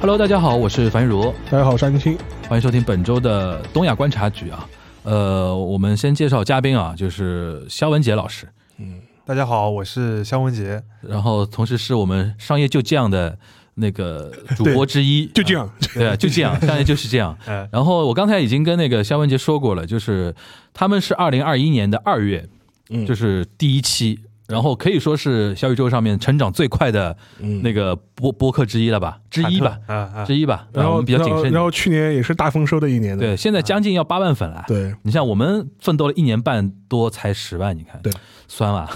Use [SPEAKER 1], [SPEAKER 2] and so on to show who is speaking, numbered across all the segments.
[SPEAKER 1] Hello，大家好，我是樊玉茹，
[SPEAKER 2] 大家好，我是安青。
[SPEAKER 1] 欢迎收听本周的东亚观察局啊。呃，我们先介绍嘉宾啊，就是肖文杰老师，
[SPEAKER 3] 大家好，我是肖文杰。
[SPEAKER 1] 然后同时是我们商业就这样的那个主播之一，
[SPEAKER 2] 就这样，
[SPEAKER 1] 啊，对，就这 样，商业就是这样。
[SPEAKER 3] 哎，
[SPEAKER 1] 然后我刚才已经跟那个肖文杰说过了，就是他们是二零二一年的二月，
[SPEAKER 2] 嗯
[SPEAKER 1] 就是第一期，然后可以说是小宇宙上面成长最快的
[SPEAKER 2] 嗯
[SPEAKER 1] 那个播播客之一了吧，之一吧，
[SPEAKER 3] 啊啊，
[SPEAKER 1] 之一吧。
[SPEAKER 2] 然
[SPEAKER 1] 啊我
[SPEAKER 2] 后
[SPEAKER 1] 们比较谨
[SPEAKER 2] 然后
[SPEAKER 1] 慎
[SPEAKER 2] 然，后去年也是大丰收的一年的，
[SPEAKER 1] 对，现在将近要八万粉了。
[SPEAKER 2] 对
[SPEAKER 1] 你像我们奋斗了一年半多才十万，你看，
[SPEAKER 2] 对，
[SPEAKER 1] 酸啊。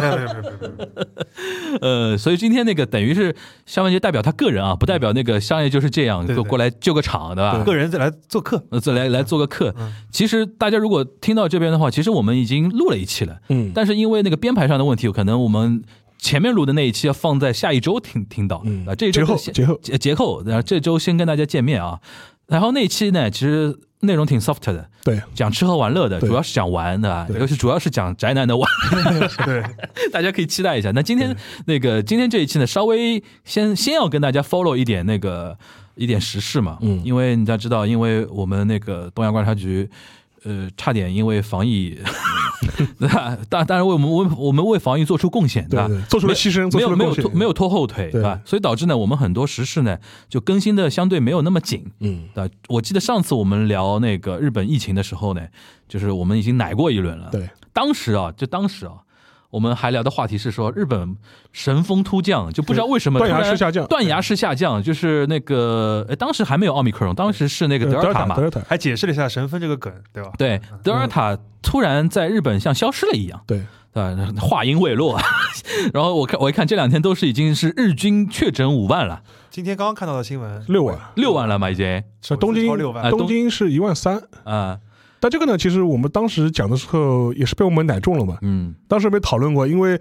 [SPEAKER 3] 没有没有没有没有没有，
[SPEAKER 1] 呃，所以今天那个等于是肖文杰代表他个人啊，不代表那个商业就是这样，
[SPEAKER 3] 对
[SPEAKER 1] 就
[SPEAKER 3] 对
[SPEAKER 1] 过来救个场，对吧？
[SPEAKER 3] 个人再来做 客，
[SPEAKER 1] 呃，再来来做个客
[SPEAKER 3] 嗯。
[SPEAKER 1] 其实大家如果听到这边的话，其实我们已经录了一期了，
[SPEAKER 2] 嗯
[SPEAKER 1] 但是因为那个编排上的问题，可能我们前面录的那一期要放在下一周听听到
[SPEAKER 2] 嗯
[SPEAKER 1] 啊，这一周
[SPEAKER 2] 节后
[SPEAKER 1] 先
[SPEAKER 2] 节后
[SPEAKER 1] 节节后，然后这周先跟大家见面啊。然后那期呢，其实内容挺 soft 的，
[SPEAKER 2] 对
[SPEAKER 1] 讲吃喝玩乐的，
[SPEAKER 2] 对
[SPEAKER 1] 主要是讲玩的啊，
[SPEAKER 2] 对
[SPEAKER 1] 尤其主要是讲宅男的玩，
[SPEAKER 3] 对，
[SPEAKER 1] 大家可以期待一下。那今天那个今天这一期呢，稍微先先要跟大家 follow 一点那个一点时事嘛，
[SPEAKER 2] 嗯
[SPEAKER 1] 因为你要知道，因为我们那个东亚观察局，呃，差点因为防疫， 对吧？当当然为我们为我们为防疫做出贡献，
[SPEAKER 2] 对
[SPEAKER 1] 吧？
[SPEAKER 2] 对，做出了牺牲，
[SPEAKER 1] 啊没
[SPEAKER 2] 做出
[SPEAKER 1] 有
[SPEAKER 2] 了
[SPEAKER 1] 没有
[SPEAKER 2] 贡献
[SPEAKER 1] 拖，没有拖后腿，
[SPEAKER 2] 对
[SPEAKER 1] 对吧？所以导致呢，我们很多时事呢就更新的相对没有那么紧，
[SPEAKER 2] 嗯
[SPEAKER 1] 对吧？我记得上次我们聊那个日本疫情的时候呢，就是我们已经奶过一轮了。
[SPEAKER 2] 对，
[SPEAKER 1] 当时啊，就当时啊，我们还聊的话题是说日本神风突降，就不知道为什么
[SPEAKER 2] 断崖
[SPEAKER 1] 突然
[SPEAKER 2] 式下降
[SPEAKER 1] 断崖式下降就是那个，哎，当时还没有奥密克戎，当时是那个德尔塔嘛
[SPEAKER 2] 德，尔塔，
[SPEAKER 3] 还解释了一下神风这个梗，对吧？
[SPEAKER 1] 对，德尔塔突然在日本像消失了一样。
[SPEAKER 2] 对，
[SPEAKER 1] 啊，话音未落， 然后我看我一看这两天都是已经是日均确诊五万了，
[SPEAKER 3] 今天刚刚看到的新闻，
[SPEAKER 2] 六万。
[SPEAKER 1] 六万了嘛已经
[SPEAKER 2] 是东京呃
[SPEAKER 3] 超六
[SPEAKER 1] 哎
[SPEAKER 3] 万，
[SPEAKER 1] 东
[SPEAKER 2] 东京是一万三，
[SPEAKER 1] 啊，
[SPEAKER 2] 但这个呢，其实我们当时讲的时候也是被我们奶中了嘛。
[SPEAKER 1] 嗯，
[SPEAKER 2] 当时没讨论过，因为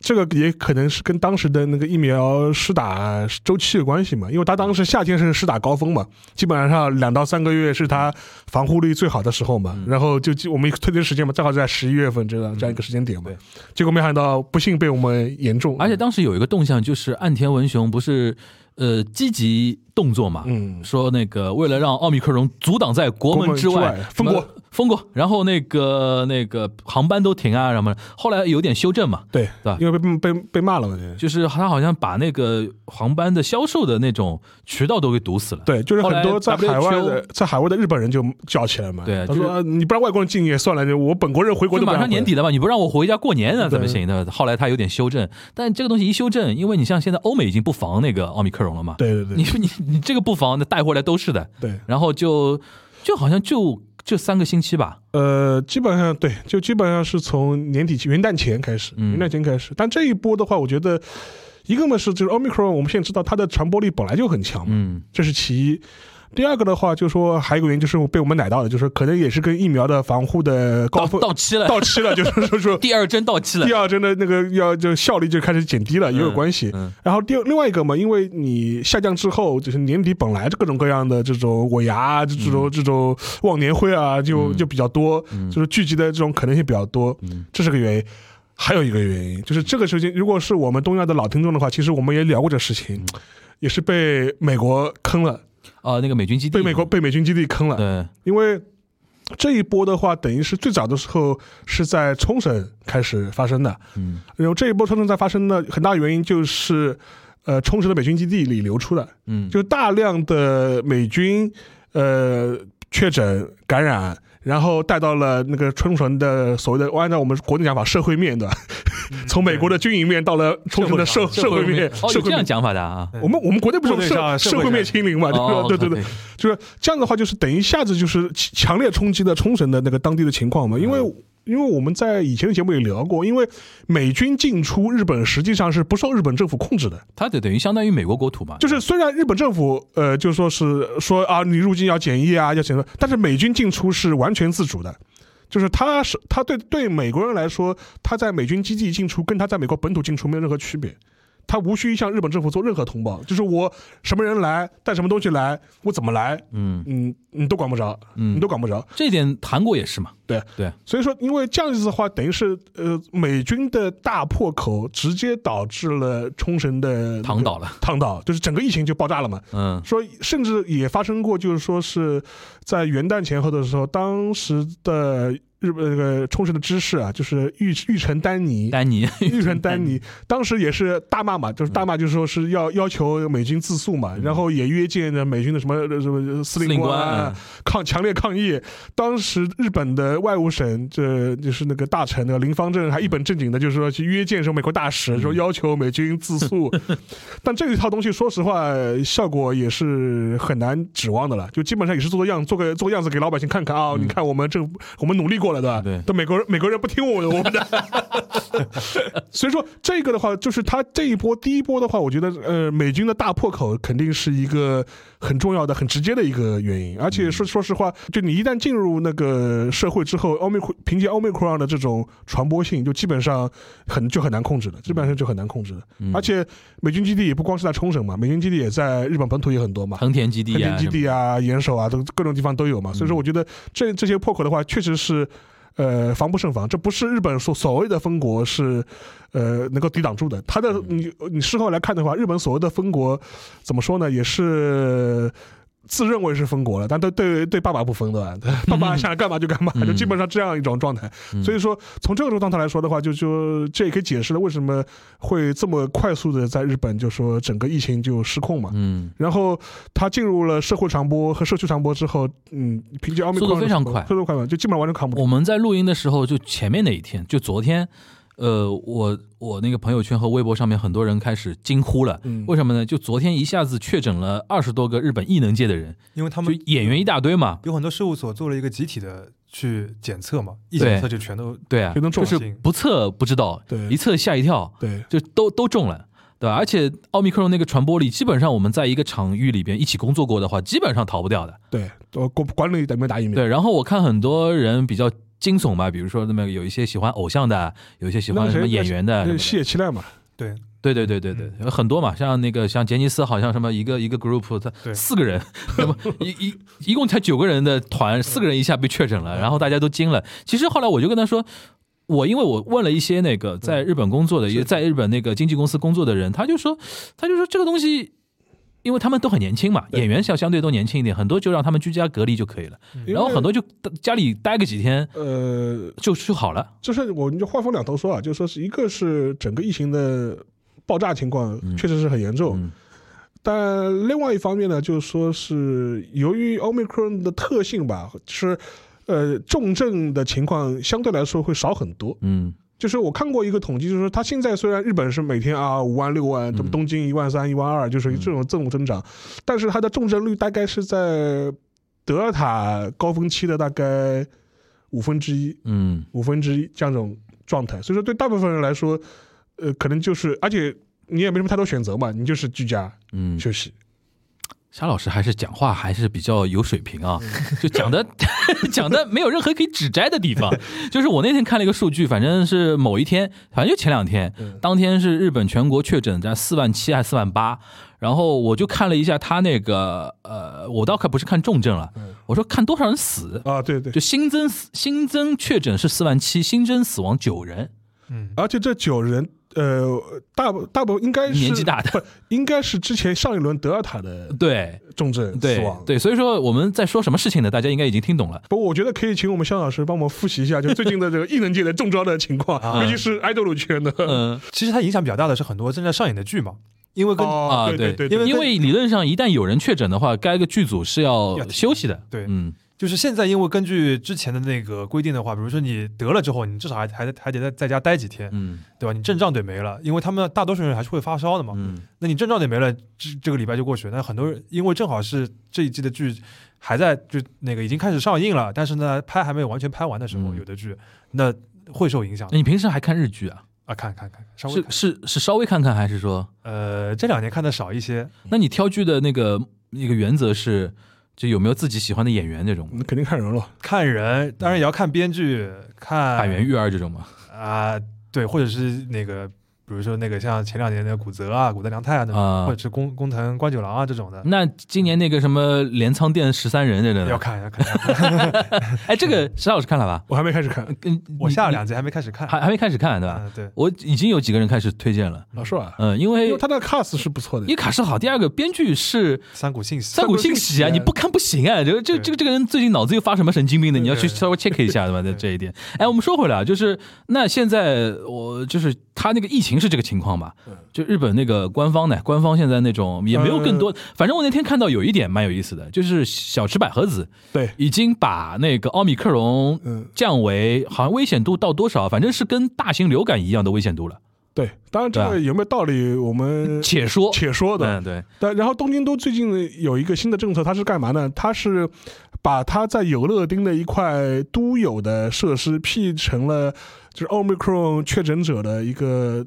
[SPEAKER 2] 这个也可能是跟当时的那个疫苗施打周期有关系嘛。因为它当时夏天是施打高峰嘛，基本上两到三个月是它防护力最好的时候嘛。
[SPEAKER 1] 嗯
[SPEAKER 2] 然后就就我们推推时间嘛，正好在十一月份这样这样一个时间点嘛
[SPEAKER 3] 对。
[SPEAKER 2] 结果没想到，不幸被我们严重，
[SPEAKER 1] 嗯而且当时有一个动向就是岸田文雄不是呃积极动作嘛，
[SPEAKER 2] 嗯
[SPEAKER 1] 说那个为了让奥密克戎阻挡在国门之
[SPEAKER 2] 国
[SPEAKER 1] 外
[SPEAKER 2] 门之外，封国
[SPEAKER 1] 什么封国，然后那个那个航班都停啊什么的，后来有点修正嘛，
[SPEAKER 2] 对
[SPEAKER 1] 对吧
[SPEAKER 2] 因为被被被骂了嘛。对
[SPEAKER 1] 就是他好像把那个航班的销售的那种渠道都给堵死了。
[SPEAKER 2] 对，就是很
[SPEAKER 1] 后来
[SPEAKER 2] 多在海外
[SPEAKER 1] WHO
[SPEAKER 2] 的在海外的日本人就叫起来嘛。
[SPEAKER 1] 对
[SPEAKER 2] 他
[SPEAKER 1] 就是
[SPEAKER 2] 说啊你不让外国人进也算了，我本国人回国
[SPEAKER 1] 就
[SPEAKER 2] 都不
[SPEAKER 1] 马
[SPEAKER 2] 让
[SPEAKER 1] 上
[SPEAKER 2] 回
[SPEAKER 1] 年底了吧？你不让我回家过年呢，
[SPEAKER 2] 对
[SPEAKER 1] 怎么行呢？后来他有点修正，但这个东西一修正，因为你像现在欧美已经不防那个奥密克戎了嘛，
[SPEAKER 2] 对对对
[SPEAKER 1] 你 你你这个不防，那带回来都是的，
[SPEAKER 2] 对。
[SPEAKER 1] 然后就就好像就就三个星期吧，
[SPEAKER 2] 呃，基本上对，就基本上是从年底前元旦前开始，
[SPEAKER 1] 嗯
[SPEAKER 2] 元旦前开始。但这一波的话，我觉得一个嘛是就是 omicron，我们现在知道它的传播力本来就很强嘛，
[SPEAKER 1] 嗯，
[SPEAKER 2] 这是其一。第二个的话，就说还有一个原因就是被我们奶到的，就是可能也是跟疫苗的防护的高
[SPEAKER 1] 到
[SPEAKER 2] 峰
[SPEAKER 1] 到期了，
[SPEAKER 2] 到期了，就是说 说
[SPEAKER 1] 第二针到期了
[SPEAKER 2] 第，二针的那个要就效率就开始减低了，也有
[SPEAKER 1] 嗯
[SPEAKER 2] 关系。
[SPEAKER 1] 嗯
[SPEAKER 2] 然后第另外一个嘛，因为你下降之后，就是年底本来各种各样的这种尾牙啊，这这种、这种忘年会啊，就、
[SPEAKER 1] 嗯
[SPEAKER 2] 就比较多，
[SPEAKER 1] 嗯
[SPEAKER 2] 就是聚集的这种可能性比较多，
[SPEAKER 1] 嗯
[SPEAKER 2] 这是个原因。还有一个原因就是这个事情，如果是我们东亚的老听众的话，其实我们也聊过这事情，
[SPEAKER 1] 嗯
[SPEAKER 2] 也是被美国坑了，
[SPEAKER 1] 啊，那个美军基地
[SPEAKER 2] 被美国被美军基地坑了，
[SPEAKER 1] 对，
[SPEAKER 2] 因为。这一波的话，等于是最早的时候是在冲绳开始发生的，
[SPEAKER 1] 嗯
[SPEAKER 2] 然后这一波冲绳在发生的很大原因就是，呃，冲绳的美军基地里流出的，
[SPEAKER 1] 嗯，
[SPEAKER 2] 就大量的美军呃确诊感染，然后带到了那个冲绳的所谓的按照我们国内讲法社会面的， 从美国的军营面到了冲绳的社社会面，
[SPEAKER 1] 哦，
[SPEAKER 2] 社
[SPEAKER 1] 有
[SPEAKER 2] 会
[SPEAKER 1] 这样
[SPEAKER 2] 面。
[SPEAKER 1] 讲法的啊，
[SPEAKER 3] 对
[SPEAKER 2] 我们我们国内不是有
[SPEAKER 3] 部队上
[SPEAKER 2] 社
[SPEAKER 3] 社
[SPEAKER 2] 社
[SPEAKER 3] 会
[SPEAKER 2] 会面
[SPEAKER 3] 上
[SPEAKER 2] 清零嘛？对吧
[SPEAKER 1] 哦
[SPEAKER 2] 对对对，，就是这样的话，就是等一下子就是强强烈冲击了冲绳的那个当地的情况嘛，因为。因为我们在以前的节目也聊过，因为美军进出日本实际上是不受日本政府控制的，
[SPEAKER 1] 它就等于相当于美国国土嘛，
[SPEAKER 2] 就是虽然日本政府呃就说是说啊你入境要检疫啊要检测，但是美军进出是完全自主的，就是他是他对对美国人来说，他在美军基地进出跟他在美国本土进出没有任何区别，他无需向日本政府做任何通报，就是我什么人来，带什么东西来，我怎么来，
[SPEAKER 1] 嗯
[SPEAKER 2] 嗯，你都管不着，你
[SPEAKER 1] 嗯
[SPEAKER 2] 都，管不着。
[SPEAKER 1] 这点韩国也是嘛，
[SPEAKER 2] 所以说，因为这样子的话，等于是呃，美军的大破口直接导致了冲绳的
[SPEAKER 1] 躺，倒了，
[SPEAKER 2] 躺倒，就是整个疫情就爆炸了嘛。
[SPEAKER 1] 嗯
[SPEAKER 2] 说甚至也发生过，就是说是在元旦前后的时候，当时的日本那个冲绳的知事啊，就是玉玉城丹尼。
[SPEAKER 1] 丹尼，
[SPEAKER 2] 玉城丹尼当时也是大骂嘛，就是大骂，就是说是要要求美军自诉嘛，然后也约见了美军的什么什么司
[SPEAKER 1] 嗯司
[SPEAKER 2] 令
[SPEAKER 1] 令
[SPEAKER 2] 官
[SPEAKER 1] 官
[SPEAKER 2] 啊
[SPEAKER 1] 嗯，
[SPEAKER 2] 抗强烈抗议。当时日本的外务省，这就是那个大臣那个林方正，还一本正经的，就是说去约见什么美国大使，
[SPEAKER 1] 嗯
[SPEAKER 2] 说要求美军 自诉。但这一套东西，说实话，效果也是很难指望的了。就基本上也是做做样，做个做个样子给老百姓看看啊，
[SPEAKER 1] 嗯
[SPEAKER 2] 你看我们政府，我们努力过了，对吧？
[SPEAKER 1] 对
[SPEAKER 2] 但美国人美国人不听我们我们 的， 所以说这个的话，就是他这一波第一波的话，我觉得呃，美军的大破口肯定是一个很重要的、很直接的一个原因。而且说说实话，就你一旦进入那个社会之后，欧美凭借欧美 c 的这种传播性，就基本上很就很难控制了，基本上就很难控制了。
[SPEAKER 1] 嗯
[SPEAKER 2] 而且美军基地也不光是在冲绳嘛，美军基地也在日本本土也很多嘛。
[SPEAKER 1] 横田基地
[SPEAKER 2] 横
[SPEAKER 1] 啊什
[SPEAKER 2] 田基
[SPEAKER 1] 么的，嗯
[SPEAKER 2] 地啊、岩手啊，都各种地方都有嘛。所以说，我觉得这这些破口的话，确实是。呃，防不胜防，这不是日本所所谓的封国是，呃，能够抵挡住的。它的
[SPEAKER 1] 嗯
[SPEAKER 2] 你你事后来看的话，日本所谓的封国，怎么说呢，也是自认为是封国了，但对对对爸爸不封的吧， 爸爸想干嘛就干嘛，
[SPEAKER 1] 嗯
[SPEAKER 2] 就基本上这样一种状态。
[SPEAKER 1] 嗯
[SPEAKER 2] 所以说，从这个状态来说的话，就就这也可以解释了为什么会这么快速的在日本就说整个疫情就失控嘛。
[SPEAKER 1] 嗯，
[SPEAKER 2] 然后它进入了社会传播和社区传播之后，嗯，凭借奥密克
[SPEAKER 1] 速度
[SPEAKER 2] 戎
[SPEAKER 1] 非常
[SPEAKER 2] 的
[SPEAKER 1] 快
[SPEAKER 2] 速度快嘛，就基本上完全扛不住。
[SPEAKER 1] 我们在录音的时候，就前面那一天，就昨天，呃，我我那个朋友圈和微博上面很多人开始惊呼了，
[SPEAKER 2] 嗯
[SPEAKER 1] 为什么呢？就昨天一下子确诊了二十多个日本艺能界的人，
[SPEAKER 3] 因为他
[SPEAKER 1] 就
[SPEAKER 3] 们
[SPEAKER 1] 演员一大堆嘛，
[SPEAKER 3] 有很多事务所做了一个集体的去检测嘛，一
[SPEAKER 1] 对
[SPEAKER 3] 检测就全都
[SPEAKER 1] 对啊，
[SPEAKER 2] 谁能中
[SPEAKER 1] 就是
[SPEAKER 3] 信
[SPEAKER 1] 不测不知道，
[SPEAKER 2] 对
[SPEAKER 1] 一测吓一跳，
[SPEAKER 2] 对
[SPEAKER 1] 就都都中了。对吧？而且奥密克戎那个传播力，基本上我们在一个场域里边一起工作过的话，基本上逃不掉的。
[SPEAKER 2] 对，我管管理没有打疫苗，
[SPEAKER 1] 对，然后我看很多人比较惊悚吧，比如说那么有一些喜欢偶像的，有一些喜
[SPEAKER 2] 那
[SPEAKER 1] 欢
[SPEAKER 2] 个
[SPEAKER 1] 什么
[SPEAKER 2] 谁
[SPEAKER 1] 演员的什么
[SPEAKER 2] 那是
[SPEAKER 1] 的，
[SPEAKER 2] 西野七濑嘛，
[SPEAKER 3] 对
[SPEAKER 1] 对对对对对，
[SPEAKER 2] 嗯
[SPEAKER 1] 有很多嘛，像那个像杰尼斯，好像什么一个一个 group，他
[SPEAKER 3] 对
[SPEAKER 1] 四个人，那么一一一共才九个人的团，四个人一下被确诊了，然后大家都惊了。其实后来我就跟他说。我因为我问了一些那个在日本工作的，也在日本那个经纪公司工作的人，他就说，他就说这个东西，因为他们都很年轻嘛，
[SPEAKER 2] 对
[SPEAKER 1] 演员相相对都年轻一点，很多就让他们居家隔离就可以了。
[SPEAKER 2] 因为
[SPEAKER 1] 然后很多就家里待个几天
[SPEAKER 2] 呃，
[SPEAKER 1] 就就好了。
[SPEAKER 2] 就是我们就话分两头说啊，就说是一个是整个疫情的爆炸情况
[SPEAKER 1] 嗯
[SPEAKER 2] 确实是很严重，
[SPEAKER 1] 嗯
[SPEAKER 2] 但另外一方面呢，就是说是由于 Omicron 的特性吧，就是呃重症的情况相对来说会少很多。
[SPEAKER 1] 嗯
[SPEAKER 2] 就是我看过一个统计，就是说它现在虽然日本是每天啊五万六万，这么
[SPEAKER 1] 嗯
[SPEAKER 2] 东京一万三一万二，就是这种这种增长，但是它的重症率大概是在德尔塔高峰期的大概五分之一，
[SPEAKER 1] 嗯
[SPEAKER 2] 五分之一这样一种状态。所以说对大部分人来说，呃，可能就是而且你也没什么太多选择嘛，你就是居家
[SPEAKER 1] 嗯，
[SPEAKER 2] 休息。
[SPEAKER 1] 沙老师还是讲话还是比较有水平啊，
[SPEAKER 2] 嗯
[SPEAKER 1] 就讲 的讲的没有任何可以指摘的地方。就是我那天看了一个数据，反正是某一天，反正就前两天，
[SPEAKER 2] 嗯
[SPEAKER 1] 当天是日本全国确诊在四万七还是四万八，然后我就看了一下他那个呃，我倒看不是看重症了，
[SPEAKER 2] 嗯
[SPEAKER 1] 我说看多少人死。
[SPEAKER 2] 啊，对对
[SPEAKER 1] 就，新增死新增确诊是四万七，新增死亡九人，
[SPEAKER 3] 嗯
[SPEAKER 2] 而且这九人，呃，大部大部分应该是
[SPEAKER 1] 年纪大的
[SPEAKER 2] 不应该是之前上一轮德尔塔的
[SPEAKER 1] 对，
[SPEAKER 2] 重症死
[SPEAKER 1] 对
[SPEAKER 2] 亡。
[SPEAKER 1] 对，所以说我们在说什么事情呢？大家应该已经听懂了。
[SPEAKER 2] 不过我觉得可以请我们肖老师帮我们复习一下，就最近的这个艺能界的中招的情况，
[SPEAKER 3] 啊
[SPEAKER 2] 尤其是爱豆鲁圈的。
[SPEAKER 1] 嗯，
[SPEAKER 3] 其实它影响比较大的是很多正在上演的剧嘛，因为跟、
[SPEAKER 2] 哦
[SPEAKER 1] 啊
[SPEAKER 2] 对对
[SPEAKER 3] 因为
[SPEAKER 1] 因
[SPEAKER 3] 跟
[SPEAKER 1] 为理论上一旦有人确诊的话，该个剧组是
[SPEAKER 3] 要
[SPEAKER 1] 要
[SPEAKER 3] 停
[SPEAKER 1] 休息的。
[SPEAKER 3] 对
[SPEAKER 1] 嗯
[SPEAKER 3] 就是现在因为根据之前的那个规定的话，比如说你得了之后，你至少还还还得在在家待几天，
[SPEAKER 1] 嗯
[SPEAKER 3] 对吧？你症状得没了，因为他们大多数人还是会发烧的嘛。
[SPEAKER 1] 嗯
[SPEAKER 3] 那你症状得没了，这这个礼拜就过去了。那很多人因为正好是这一季的剧还在就那个已经开始上映了，但是呢拍还没有完全拍完的时候，
[SPEAKER 1] 嗯
[SPEAKER 3] 有的剧那会受影响
[SPEAKER 1] 那你平时还看日剧啊？
[SPEAKER 3] 啊。看看看，稍微
[SPEAKER 1] 是
[SPEAKER 3] 看
[SPEAKER 1] 是是稍微看看，还是说？
[SPEAKER 3] 呃这两年看的少一些，
[SPEAKER 1] 那你挑剧的那个那个原则是，就有没有自己喜欢的演员这
[SPEAKER 3] 嗯
[SPEAKER 1] 种吗？
[SPEAKER 2] 你肯定看人了，
[SPEAKER 3] 看人，当然也要看编剧，看
[SPEAKER 1] 板垣育儿这种吗？
[SPEAKER 3] 啊、对，或者是那个比如说那个像前两年的古泽啊、古泽良太啊那种，
[SPEAKER 1] 啊嗯
[SPEAKER 3] 或者是工工藤官九郎啊这种的，
[SPEAKER 1] 那今年那个什么镰仓店十三人这个
[SPEAKER 3] 要
[SPEAKER 1] 呢？
[SPEAKER 3] 看要看。要看
[SPEAKER 1] 哎，这 个石老师看了吧？
[SPEAKER 2] 我还没开始看
[SPEAKER 1] 嗯，
[SPEAKER 3] 我下了
[SPEAKER 1] 你
[SPEAKER 3] 两集还没开 始看，
[SPEAKER 1] 还还没开始看，对吧？
[SPEAKER 3] 嗯对，
[SPEAKER 1] 我已经有几个人开始推荐了，
[SPEAKER 2] 啊，是吧？
[SPEAKER 1] 嗯，因
[SPEAKER 2] 因
[SPEAKER 1] 为
[SPEAKER 2] 为他那个 cast 是不错的
[SPEAKER 1] 一，卡是好，第二个编剧是
[SPEAKER 3] 三谷幸喜
[SPEAKER 1] 三，谷幸喜啊，
[SPEAKER 2] 三谷幸喜啊
[SPEAKER 1] 你不看不行啊，这个这个
[SPEAKER 3] 对
[SPEAKER 1] 这个这个人最近脑子又发什么神经病的？你要去
[SPEAKER 3] 对
[SPEAKER 1] 稍微 check 一下，对吧？在
[SPEAKER 3] 对
[SPEAKER 1] 这一点，哎，我们说回来啊，就是那现在我就是他那个疫情是这个情况吧
[SPEAKER 2] 嗯？
[SPEAKER 1] 就日本那个官方呢，官方现在那种也没有更多，反正我那天看到有一点蛮有意思的，就是小池百合子
[SPEAKER 2] 对，
[SPEAKER 1] 已经把那个奥密克戎
[SPEAKER 2] 嗯，
[SPEAKER 1] 降为好像危险度到多少，反正是跟大型流感一样的危险度了。
[SPEAKER 2] 对。当然这
[SPEAKER 1] 对
[SPEAKER 2] 个有没有道理，我们
[SPEAKER 1] 且说，
[SPEAKER 2] 且说嗯的。
[SPEAKER 1] 嗯，对，
[SPEAKER 2] 但然后东京都最近有一个新的政策，它是干嘛呢？它是把它在游乐町的一块都有的设施辟成了就是 Omicron 确诊者的一个，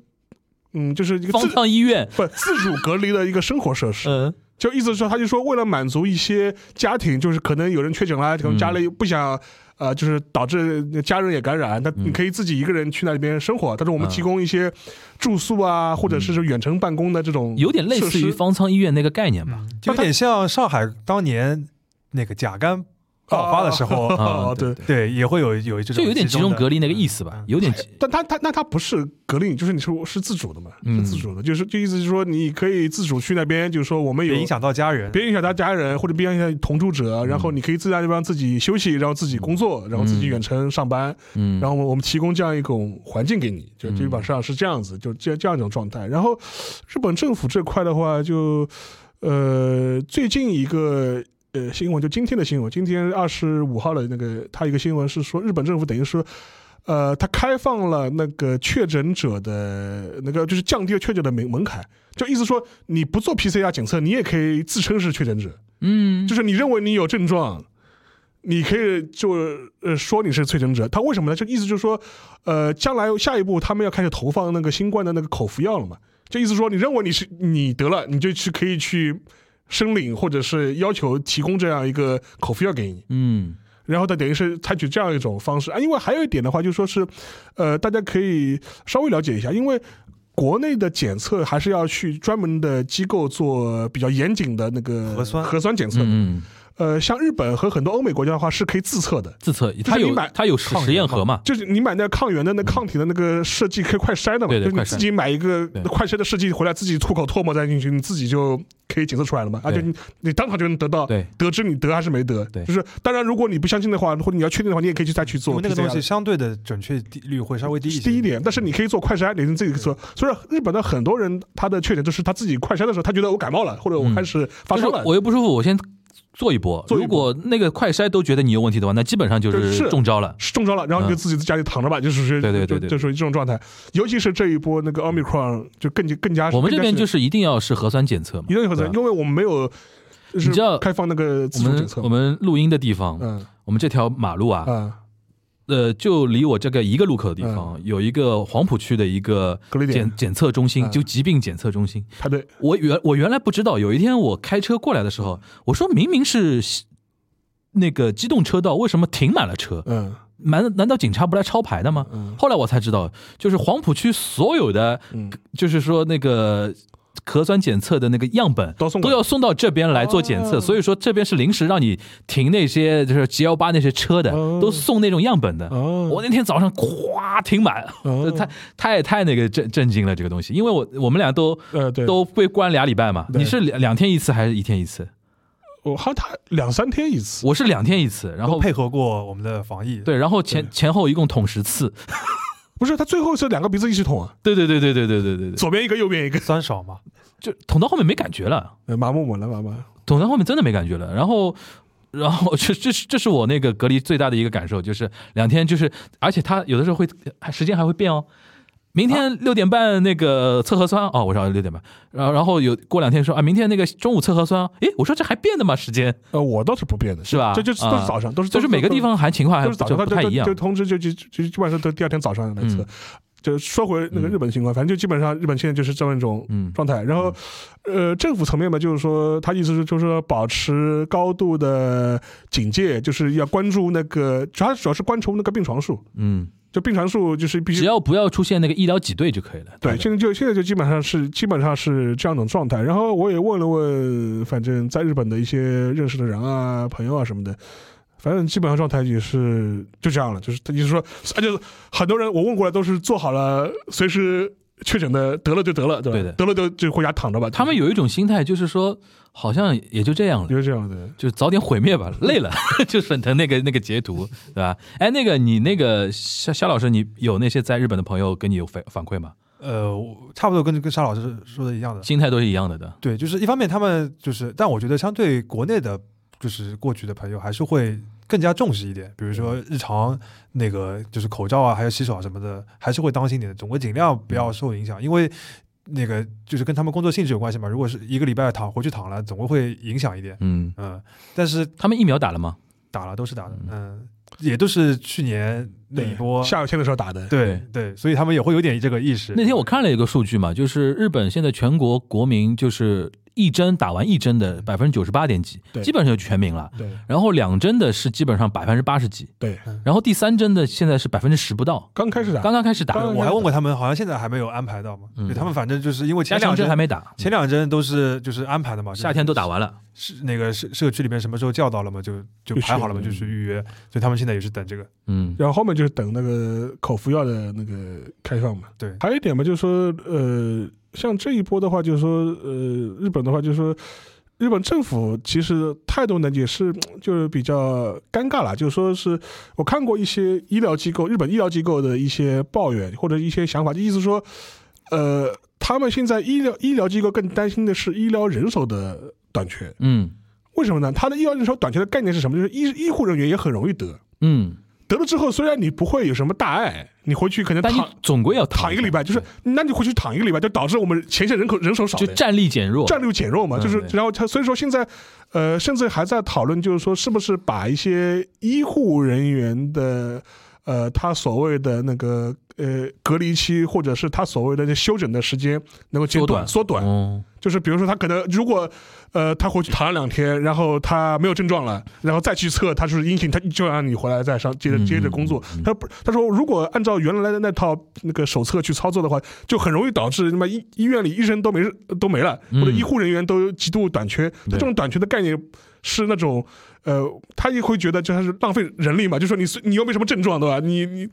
[SPEAKER 2] 嗯，就是一个
[SPEAKER 1] 方
[SPEAKER 2] 自
[SPEAKER 1] 舱医院，
[SPEAKER 2] 不自主隔离的一个生活设施。
[SPEAKER 1] 嗯，
[SPEAKER 2] 就意思是说，他就说为了满足一些家庭，就是可能有人确诊了，可能家
[SPEAKER 1] 嗯
[SPEAKER 2] 里不想。呃，就是导致家人也感染，他
[SPEAKER 1] 嗯
[SPEAKER 2] 你可以自己一个人去那里边生活，但是我们
[SPEAKER 1] 嗯
[SPEAKER 2] 提供一些住宿啊，或者是说远程办公的这种，
[SPEAKER 1] 有点类似于方舱医院那个概念吧。
[SPEAKER 3] 嗯就有点像上海当年那个甲肝爆发的时候，
[SPEAKER 1] 啊
[SPEAKER 2] 啊，对，
[SPEAKER 3] 对，也会有有这种
[SPEAKER 1] 就有点集
[SPEAKER 3] 集
[SPEAKER 1] 中
[SPEAKER 3] 中嗯
[SPEAKER 1] 隔离那个意思
[SPEAKER 2] 嗯
[SPEAKER 1] 吧，有点集
[SPEAKER 2] 但他他那他不是隔离，就是你说是自主的嘛，
[SPEAKER 1] 嗯
[SPEAKER 2] 是自主的，就是就意思是说你可以自主去那边，就是说我们
[SPEAKER 3] 别
[SPEAKER 2] 有
[SPEAKER 3] 影响到家人。
[SPEAKER 2] 别影响到家人或者别影响同住者，然
[SPEAKER 1] 嗯
[SPEAKER 2] 后你可以自在地方自己休息，然后自己工作，然后自己远程上班，
[SPEAKER 1] 嗯，后
[SPEAKER 2] 然后我们我们提供这样一种环境给你，就基本上是这样子，就这这样一种状态。然后日本政府这块的话就，呃最近一个。呃，新闻就今天的新闻，今天二十五号的那个，他一个新闻是说，日本政府等于说，呃，他开放了那个确诊者的那个，就是降低了确诊的门门槛，就意思说，你不做 PCR 检测，你也可以自称是确诊者，
[SPEAKER 1] 嗯，
[SPEAKER 2] 就是你认为你有症状，你可以就呃说你是确诊者。他为什么呢？这意思就是说，呃，将来下一步他们要开始投放那个新冠的那个口服药了嘛？这意思说，你认为你是你得了，你就去可以去申领或者是要求提供这样一个口服药给你。
[SPEAKER 1] 嗯
[SPEAKER 2] 然后他等于是采取这样一种方式啊，因为还有一点的话，就是说是，呃，大家可以稍微了解一下，因为国内的检测还是要去专门的机构做比较严谨的那个
[SPEAKER 3] 核酸
[SPEAKER 2] 核酸检测的，
[SPEAKER 1] 嗯嗯，
[SPEAKER 2] 呃，像日本和很多欧美国家的话是可以自测的，
[SPEAKER 1] 自测
[SPEAKER 2] 是
[SPEAKER 1] 它
[SPEAKER 2] 你
[SPEAKER 1] 有
[SPEAKER 2] 买
[SPEAKER 1] 它有实
[SPEAKER 3] 抗
[SPEAKER 1] 实验
[SPEAKER 3] 原嘛
[SPEAKER 1] 盒嘛，
[SPEAKER 2] 就是你买那抗原的那抗体的那个试剂可以快筛的嘛，
[SPEAKER 1] 对对
[SPEAKER 2] 就是
[SPEAKER 1] 快
[SPEAKER 2] 你
[SPEAKER 1] 筛
[SPEAKER 2] 自己买一个
[SPEAKER 1] 对
[SPEAKER 2] 快筛的试剂回来，自己吐口唾沫再进去，你自己就可以检测出来了嘛，而且
[SPEAKER 1] 对
[SPEAKER 2] 你你当场就能得到。
[SPEAKER 1] 对，
[SPEAKER 2] 得知你得还是没得，
[SPEAKER 1] 对
[SPEAKER 2] 就是当然，如果你不相信的话，或者你要确定的话，你也可以去再去
[SPEAKER 3] 因
[SPEAKER 2] 做
[SPEAKER 3] 为
[SPEAKER 2] PCR 的。
[SPEAKER 3] 那个东西相对的准确率会稍微低一些，
[SPEAKER 2] 第一点，但是你可以做快筛，你自己做。所以日本的很多人他的缺点就是他自己快筛的时候，他觉得我感冒了，或者我开始发
[SPEAKER 1] 就是
[SPEAKER 2] 烧了。
[SPEAKER 1] 我又不舒服，我先做一波。
[SPEAKER 2] 做一
[SPEAKER 1] 如果那个快筛都觉得你有问题的话，那基本上就
[SPEAKER 2] 就是
[SPEAKER 1] 是中招了。
[SPEAKER 2] 是中招了，然后你就自己在家里躺着吧，就是说
[SPEAKER 1] 嗯对对对
[SPEAKER 2] 就
[SPEAKER 1] 对
[SPEAKER 2] 就属于这种状态。尤其是这一波那个 omicron 就更加更加，
[SPEAKER 1] 我们这边就是是一定要是核酸检测嘛
[SPEAKER 2] 一，定有责
[SPEAKER 1] 对啊
[SPEAKER 2] 因为我们没有，就是
[SPEAKER 1] 你知道
[SPEAKER 2] 开放那个
[SPEAKER 1] 我
[SPEAKER 2] 自主检
[SPEAKER 1] 们
[SPEAKER 2] 测
[SPEAKER 1] 我，们录音的地方，
[SPEAKER 2] 嗯
[SPEAKER 1] 我们这条马路啊，
[SPEAKER 2] 啊，
[SPEAKER 1] 呃，就离我这个一个路口的地方，有一个黄浦区的一个
[SPEAKER 2] 隔离嗯点
[SPEAKER 1] 检检测中心，
[SPEAKER 2] 嗯
[SPEAKER 1] 就疾病检测中心。
[SPEAKER 2] 排队，
[SPEAKER 1] 我原我原来不知道，有一天我开车过来的时候，我说明明是西那个机动车道，为什么停满了车？
[SPEAKER 2] 嗯
[SPEAKER 1] 难难道警察不来抄牌的吗？
[SPEAKER 2] 嗯
[SPEAKER 1] 后来我才知道，就是黄浦区所有的，
[SPEAKER 2] 嗯，
[SPEAKER 1] 就是说那个核酸检测的那个样本。
[SPEAKER 2] 都送
[SPEAKER 1] 都
[SPEAKER 2] 过来
[SPEAKER 1] 要送到这边来做检测，
[SPEAKER 2] 哦
[SPEAKER 1] 所以说这边是临时让你停那些就是 G 幺八那些车的，
[SPEAKER 2] 哦
[SPEAKER 1] 都送那种样本的。
[SPEAKER 2] 哦，
[SPEAKER 1] 我那天早上咵停满，
[SPEAKER 2] 哦
[SPEAKER 1] 太太太那个震震惊了这个东西，因为我我们俩都
[SPEAKER 2] 呃对，
[SPEAKER 1] 都被关俩礼拜嘛。
[SPEAKER 2] 对
[SPEAKER 1] 你是两两天一次还是一天一次？
[SPEAKER 2] 我好像他两三天一次，
[SPEAKER 1] 我是两天一次，然
[SPEAKER 3] 都
[SPEAKER 1] 后
[SPEAKER 3] 配合过我们的防疫，
[SPEAKER 1] 对，然后前前后一共捅十次。
[SPEAKER 2] 不是他最后是两个鼻子一起捅啊，
[SPEAKER 1] 对对对对对对对对对，
[SPEAKER 2] 左边一个，右边一个，
[SPEAKER 3] 酸爽嘛，
[SPEAKER 1] 就捅到后面没感觉了，
[SPEAKER 2] 呃麻木我了麻木。
[SPEAKER 1] 捅到后面真的没感觉了。然后。然后这这是这是我那个隔离最大的一个感受，就是两天就是，而且它有的时候会还时间还会变哦。明
[SPEAKER 2] 啊
[SPEAKER 1] 天六点半那个测核酸哦，我说六点半，然后然后有过两天说啊，明天那个中午测核酸，诶，我说这还变的吗？时间
[SPEAKER 2] 呃，我倒是不变的，
[SPEAKER 1] 是吧
[SPEAKER 2] 这就是都
[SPEAKER 1] 啊
[SPEAKER 2] 是早上，都是
[SPEAKER 1] 就是每个地。方还情况还
[SPEAKER 2] 就是
[SPEAKER 1] 不
[SPEAKER 2] 早上
[SPEAKER 1] 哎就
[SPEAKER 2] 他
[SPEAKER 1] 不太
[SPEAKER 2] 就
[SPEAKER 1] 一样
[SPEAKER 2] 就，通知就就就基本上都第二天早上来测
[SPEAKER 1] 嗯。
[SPEAKER 2] 就说回那个日本情况，反正就基本上日本现在就是这么一种
[SPEAKER 1] 嗯
[SPEAKER 2] 状态。然后，呃，政府层面嘛，就是说他意思是就是说保持高度的警戒，就是要关注那个主要主要是关注那个病床数，
[SPEAKER 1] 嗯
[SPEAKER 2] 就病床数就是必
[SPEAKER 1] 只
[SPEAKER 2] 须
[SPEAKER 1] 要不要出现那个医疗挤兑就可以了。
[SPEAKER 2] 对，
[SPEAKER 1] 这
[SPEAKER 2] 现在就现在就基本上是基本上是这样的状态。然后我也问了问，反正在日本的一些认识的人啊、朋友啊什么的，反正基本上状态也是就这样了。就是他就是说，而且很多人我问过来都是做好了随时确诊的，得了就得了，对吧？
[SPEAKER 1] 对的
[SPEAKER 2] 得了就就回家躺着吧。
[SPEAKER 1] 他们有一种心态，就是说好像也就这样了，
[SPEAKER 2] 就是这样的。
[SPEAKER 1] 就早点毁灭吧，累了 就沈腾那个那个截图，对吧？哎，那个你那个肖肖老师，你有那些在日本的朋友跟你有反反馈吗？
[SPEAKER 3] 呃，我差不多跟跟沙老师说的一样的。
[SPEAKER 1] 心态都是一样的的，
[SPEAKER 3] 对，就是一方面他们就是，但我觉得相对国内的，就是过去的朋友还是会更加重视一点，比如说
[SPEAKER 1] 嗯
[SPEAKER 3] 日常那个就是口罩啊，还有洗手啊什么的，还是会当心点的，总归尽量不
[SPEAKER 1] 嗯
[SPEAKER 3] 要受影响，因为。那个就是跟他们工作性质有关系嘛，如果是一个礼拜躺回去躺了，总归会影响一点，
[SPEAKER 1] 嗯，
[SPEAKER 3] 嗯，但是
[SPEAKER 1] 他们疫苗打了吗？
[SPEAKER 3] 打了都是打的，嗯，也都是去年那一波，
[SPEAKER 2] 下雨天的时候打的，
[SPEAKER 3] 对对，所以他们也会有点这个意识。
[SPEAKER 1] 那天我看了一个数据嘛，就是日本现在全国国民就是一针打完一针的百分之九十八点几，
[SPEAKER 2] 对
[SPEAKER 1] 基本上就全民了。
[SPEAKER 2] 对
[SPEAKER 1] 然后两针的是基本上百分之八十几，
[SPEAKER 2] 对，
[SPEAKER 1] 然后第三针的现在是百分之十不到，
[SPEAKER 2] 刚开始打，
[SPEAKER 1] 刚刚开始打，
[SPEAKER 2] 刚
[SPEAKER 3] 对
[SPEAKER 2] 刚
[SPEAKER 3] 我还问过他们，好像现在还没有安排到嘛？
[SPEAKER 1] 嗯
[SPEAKER 3] 对他们反正就是因为
[SPEAKER 1] 加
[SPEAKER 3] 前
[SPEAKER 1] 强
[SPEAKER 3] 两
[SPEAKER 1] 针
[SPEAKER 3] 针
[SPEAKER 1] 还没打，嗯
[SPEAKER 3] 前两针都是就是安排的嘛，就是
[SPEAKER 1] 夏天都打完了。
[SPEAKER 3] 是那个社社区里面什么时候叫到了嘛，就就排好了嘛，
[SPEAKER 2] 就
[SPEAKER 3] 就
[SPEAKER 2] 去
[SPEAKER 3] 去预约，所以他们现在也是等这个。
[SPEAKER 1] 嗯，
[SPEAKER 2] 然后后面就是等那个口服药的那个开放嘛。
[SPEAKER 3] 对
[SPEAKER 2] 还有一点嘛，就是说，呃，像这一波的话，就是说，呃，日本的话，就是说，日本政府其实态度呢也是就是比较尴尬啦，就是说是我看过一些医疗机构，日本医疗机构的一些抱怨或者一些想法，就意思说，呃，他们现在医疗医疗机构更担心的是医疗人手的短缺，
[SPEAKER 1] 嗯
[SPEAKER 2] 为什么呢？他的医疗人手短缺的概念是什么？就是医医护人员也很容易得。
[SPEAKER 1] 嗯，
[SPEAKER 2] 得了之后，虽然你不会有什么大碍，你回去可能
[SPEAKER 1] 但你
[SPEAKER 2] 躺
[SPEAKER 1] 总归要
[SPEAKER 2] 躺一个礼拜，就是那你回去躺一个礼拜，就导致我们前线人口人手少
[SPEAKER 1] 就
[SPEAKER 2] 了，
[SPEAKER 1] 战力减弱，
[SPEAKER 2] 战略减弱嘛，
[SPEAKER 1] 嗯
[SPEAKER 2] 就是
[SPEAKER 1] 对
[SPEAKER 2] 然后他所以说现在，呃，甚至还在讨论，就是说是不是把一些医护人员的，呃，他所谓的那个呃隔离期，或者是他所谓的那休整的时间能够减
[SPEAKER 1] 缩短
[SPEAKER 2] 缩短，
[SPEAKER 1] 哦，
[SPEAKER 2] 就是比如说他可能如果呃他回去躺了两天，然后他没有症状了，然后再去测他是不是阴性，他就让你回来再上接着
[SPEAKER 1] 嗯
[SPEAKER 2] 接着工作。
[SPEAKER 1] 嗯嗯
[SPEAKER 2] 他不他说如果按照原来的那套那个手册去操作的话，就很容易导致那么医医院里医生都没都没了，
[SPEAKER 1] 嗯
[SPEAKER 2] 或者医护人员都极度短缺。他
[SPEAKER 1] 对
[SPEAKER 2] 这种短缺的概念是那种呃，他也会觉得就像是浪费人力嘛，就说你你又没什么症状对吧？你你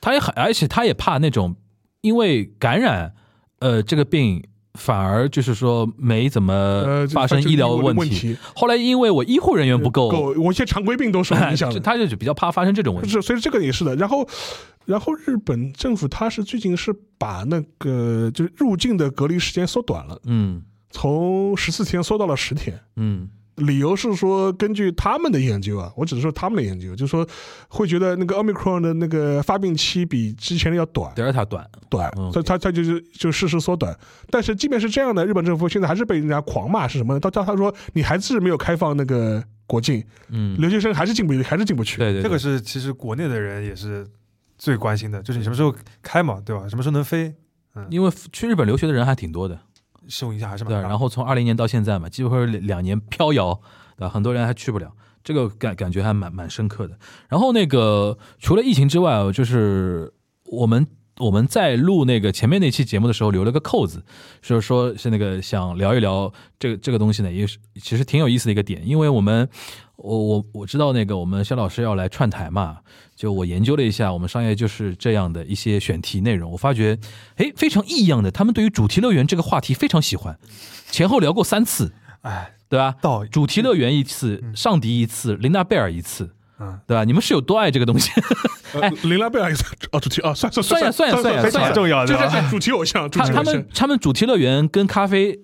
[SPEAKER 1] 他也很，而且他也怕那种因为感染，呃，这个病反而就是说没怎么
[SPEAKER 2] 呃
[SPEAKER 1] 发生
[SPEAKER 2] 这
[SPEAKER 1] 医疗
[SPEAKER 2] 问
[SPEAKER 1] 问题。哦后来因为我医护人员不够，
[SPEAKER 2] 够，我一些常规病都受影响 了
[SPEAKER 1] 就。他就比较怕发生这种问题。
[SPEAKER 2] 是，所以这个也是的。然后，然后日本政府它是最近是把那个就是入境的隔离时间缩短了，
[SPEAKER 1] 嗯
[SPEAKER 2] 从十四天缩到了十天。
[SPEAKER 1] 嗯
[SPEAKER 2] 理由是说，根据他们的研究啊，我只是说他们的研究，就是说会觉得那个 omicron 的那个发病期比之前的要短
[SPEAKER 1] 德尔塔短，
[SPEAKER 2] 短，
[SPEAKER 1] 嗯
[SPEAKER 2] 所以它它就是就适时缩短。但是即便是这样的，日本政府现在还是被人家狂骂是什么呢？到到他说你还是没有开放那个国境，
[SPEAKER 1] 嗯，
[SPEAKER 2] 留学生还是进不还是进不去。
[SPEAKER 1] 对对，
[SPEAKER 3] 这个
[SPEAKER 1] 对
[SPEAKER 3] 是其实国内的人也是最关心的，就是你什么时候开嘛，对吧？什么时候能飞？
[SPEAKER 1] 因为去日本留学的人还挺多的，
[SPEAKER 3] 受影响还是蛮啊
[SPEAKER 1] 对吧，
[SPEAKER 3] 大的。
[SPEAKER 1] 然后从二零年到现在嘛，几乎是两两年飘摇，对吧？很多人还去不了，这个感感觉还蛮蛮深刻的。然后那个除了疫情之外啊，就是我们我们在录那个前面那期节目的时候留了个扣子，就是说是那个想聊一聊这个这个东西呢，也是其实挺有意思的一个点，因为我们我我我知道那个我们肖老师要来串台嘛，就我研究了一下我们商业就是这样的一些选题内容，我发觉诶非常异样的，他们对于主题乐园这个话题非常喜欢，前后聊过三次，
[SPEAKER 3] 哎，
[SPEAKER 1] 对吧？
[SPEAKER 3] 到
[SPEAKER 1] 主题乐园一次，
[SPEAKER 2] 嗯
[SPEAKER 1] 上迪一次，琳达贝尔一次，
[SPEAKER 3] 嗯，
[SPEAKER 1] 对吧？你们是有多爱这个东西？
[SPEAKER 2] 呃，林拉贝尔也算哦，主题啊，算算
[SPEAKER 1] 哎算呀
[SPEAKER 2] 算
[SPEAKER 1] 算呀
[SPEAKER 2] 非
[SPEAKER 1] 呃算呀
[SPEAKER 2] 常
[SPEAKER 3] 重要的
[SPEAKER 2] 就是主题偶像，主
[SPEAKER 1] 他
[SPEAKER 2] 题
[SPEAKER 1] 他
[SPEAKER 2] 偶像
[SPEAKER 1] 们。他们主题乐园跟咖啡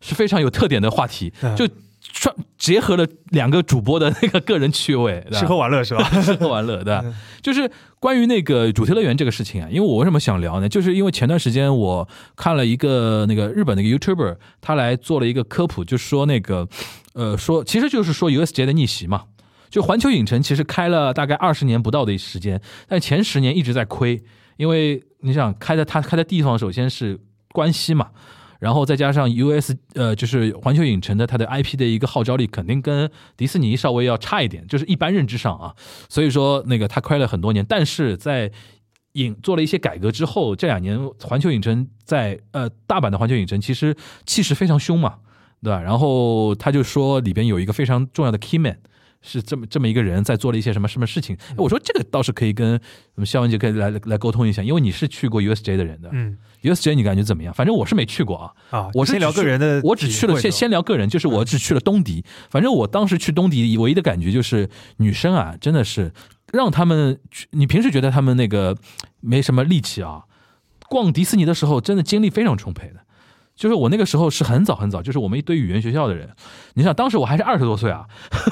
[SPEAKER 1] 是非常有特点的话题，
[SPEAKER 3] 嗯
[SPEAKER 1] 就串结合了两个主播的那个个人趣味，对吧
[SPEAKER 3] 吃喝玩乐是吧？
[SPEAKER 1] 吃喝玩乐的，就是关于那个主题乐园这个事情啊，因为我为什么想聊呢？就是因为前段时间我看了一个那个日本的一个 YouTuber，他来做了一个科普，就说那个呃说其实就是说 USJ 的逆袭嘛。就环球影城其实开了大概二十年不到的时间，但前十年一直在亏，因为你想开的它开的地方首先是关西嘛，然后再加上 US 呃，就是环球影城的它的 IP 的一个号召力，肯定跟迪士尼稍微要差一点，就是一般认知上啊。所以说那个它亏了很多年，但是在影做了一些改革之后，这两年环球影城在呃大阪的环球影城其实气势非常凶嘛，对吧？然后他就说里边有一个非常重要的 key man。是这么这么一个人在做了一些什么什么事情？哎我说这个倒是可以跟我们肖文杰可以来来沟通一下，因为你是去过 USJ 的人的、
[SPEAKER 3] 嗯
[SPEAKER 1] USJ 你感觉怎么样？反正我是没去过啊，
[SPEAKER 3] 啊，
[SPEAKER 1] 我是
[SPEAKER 3] 先聊
[SPEAKER 1] 只去
[SPEAKER 3] 个人的体会的，
[SPEAKER 1] 我只去了先先聊个人，就是我只去了东迪。反正我当时去东迪，唯一的感觉就是女生啊，真的是让他们去，你平时觉得他们那个没什么力气啊，逛迪士尼的时候真的精力非常充沛的。就是我那个时候是很早很早，就是我们一堆语言学校的人，你想当时我还是二十多岁啊，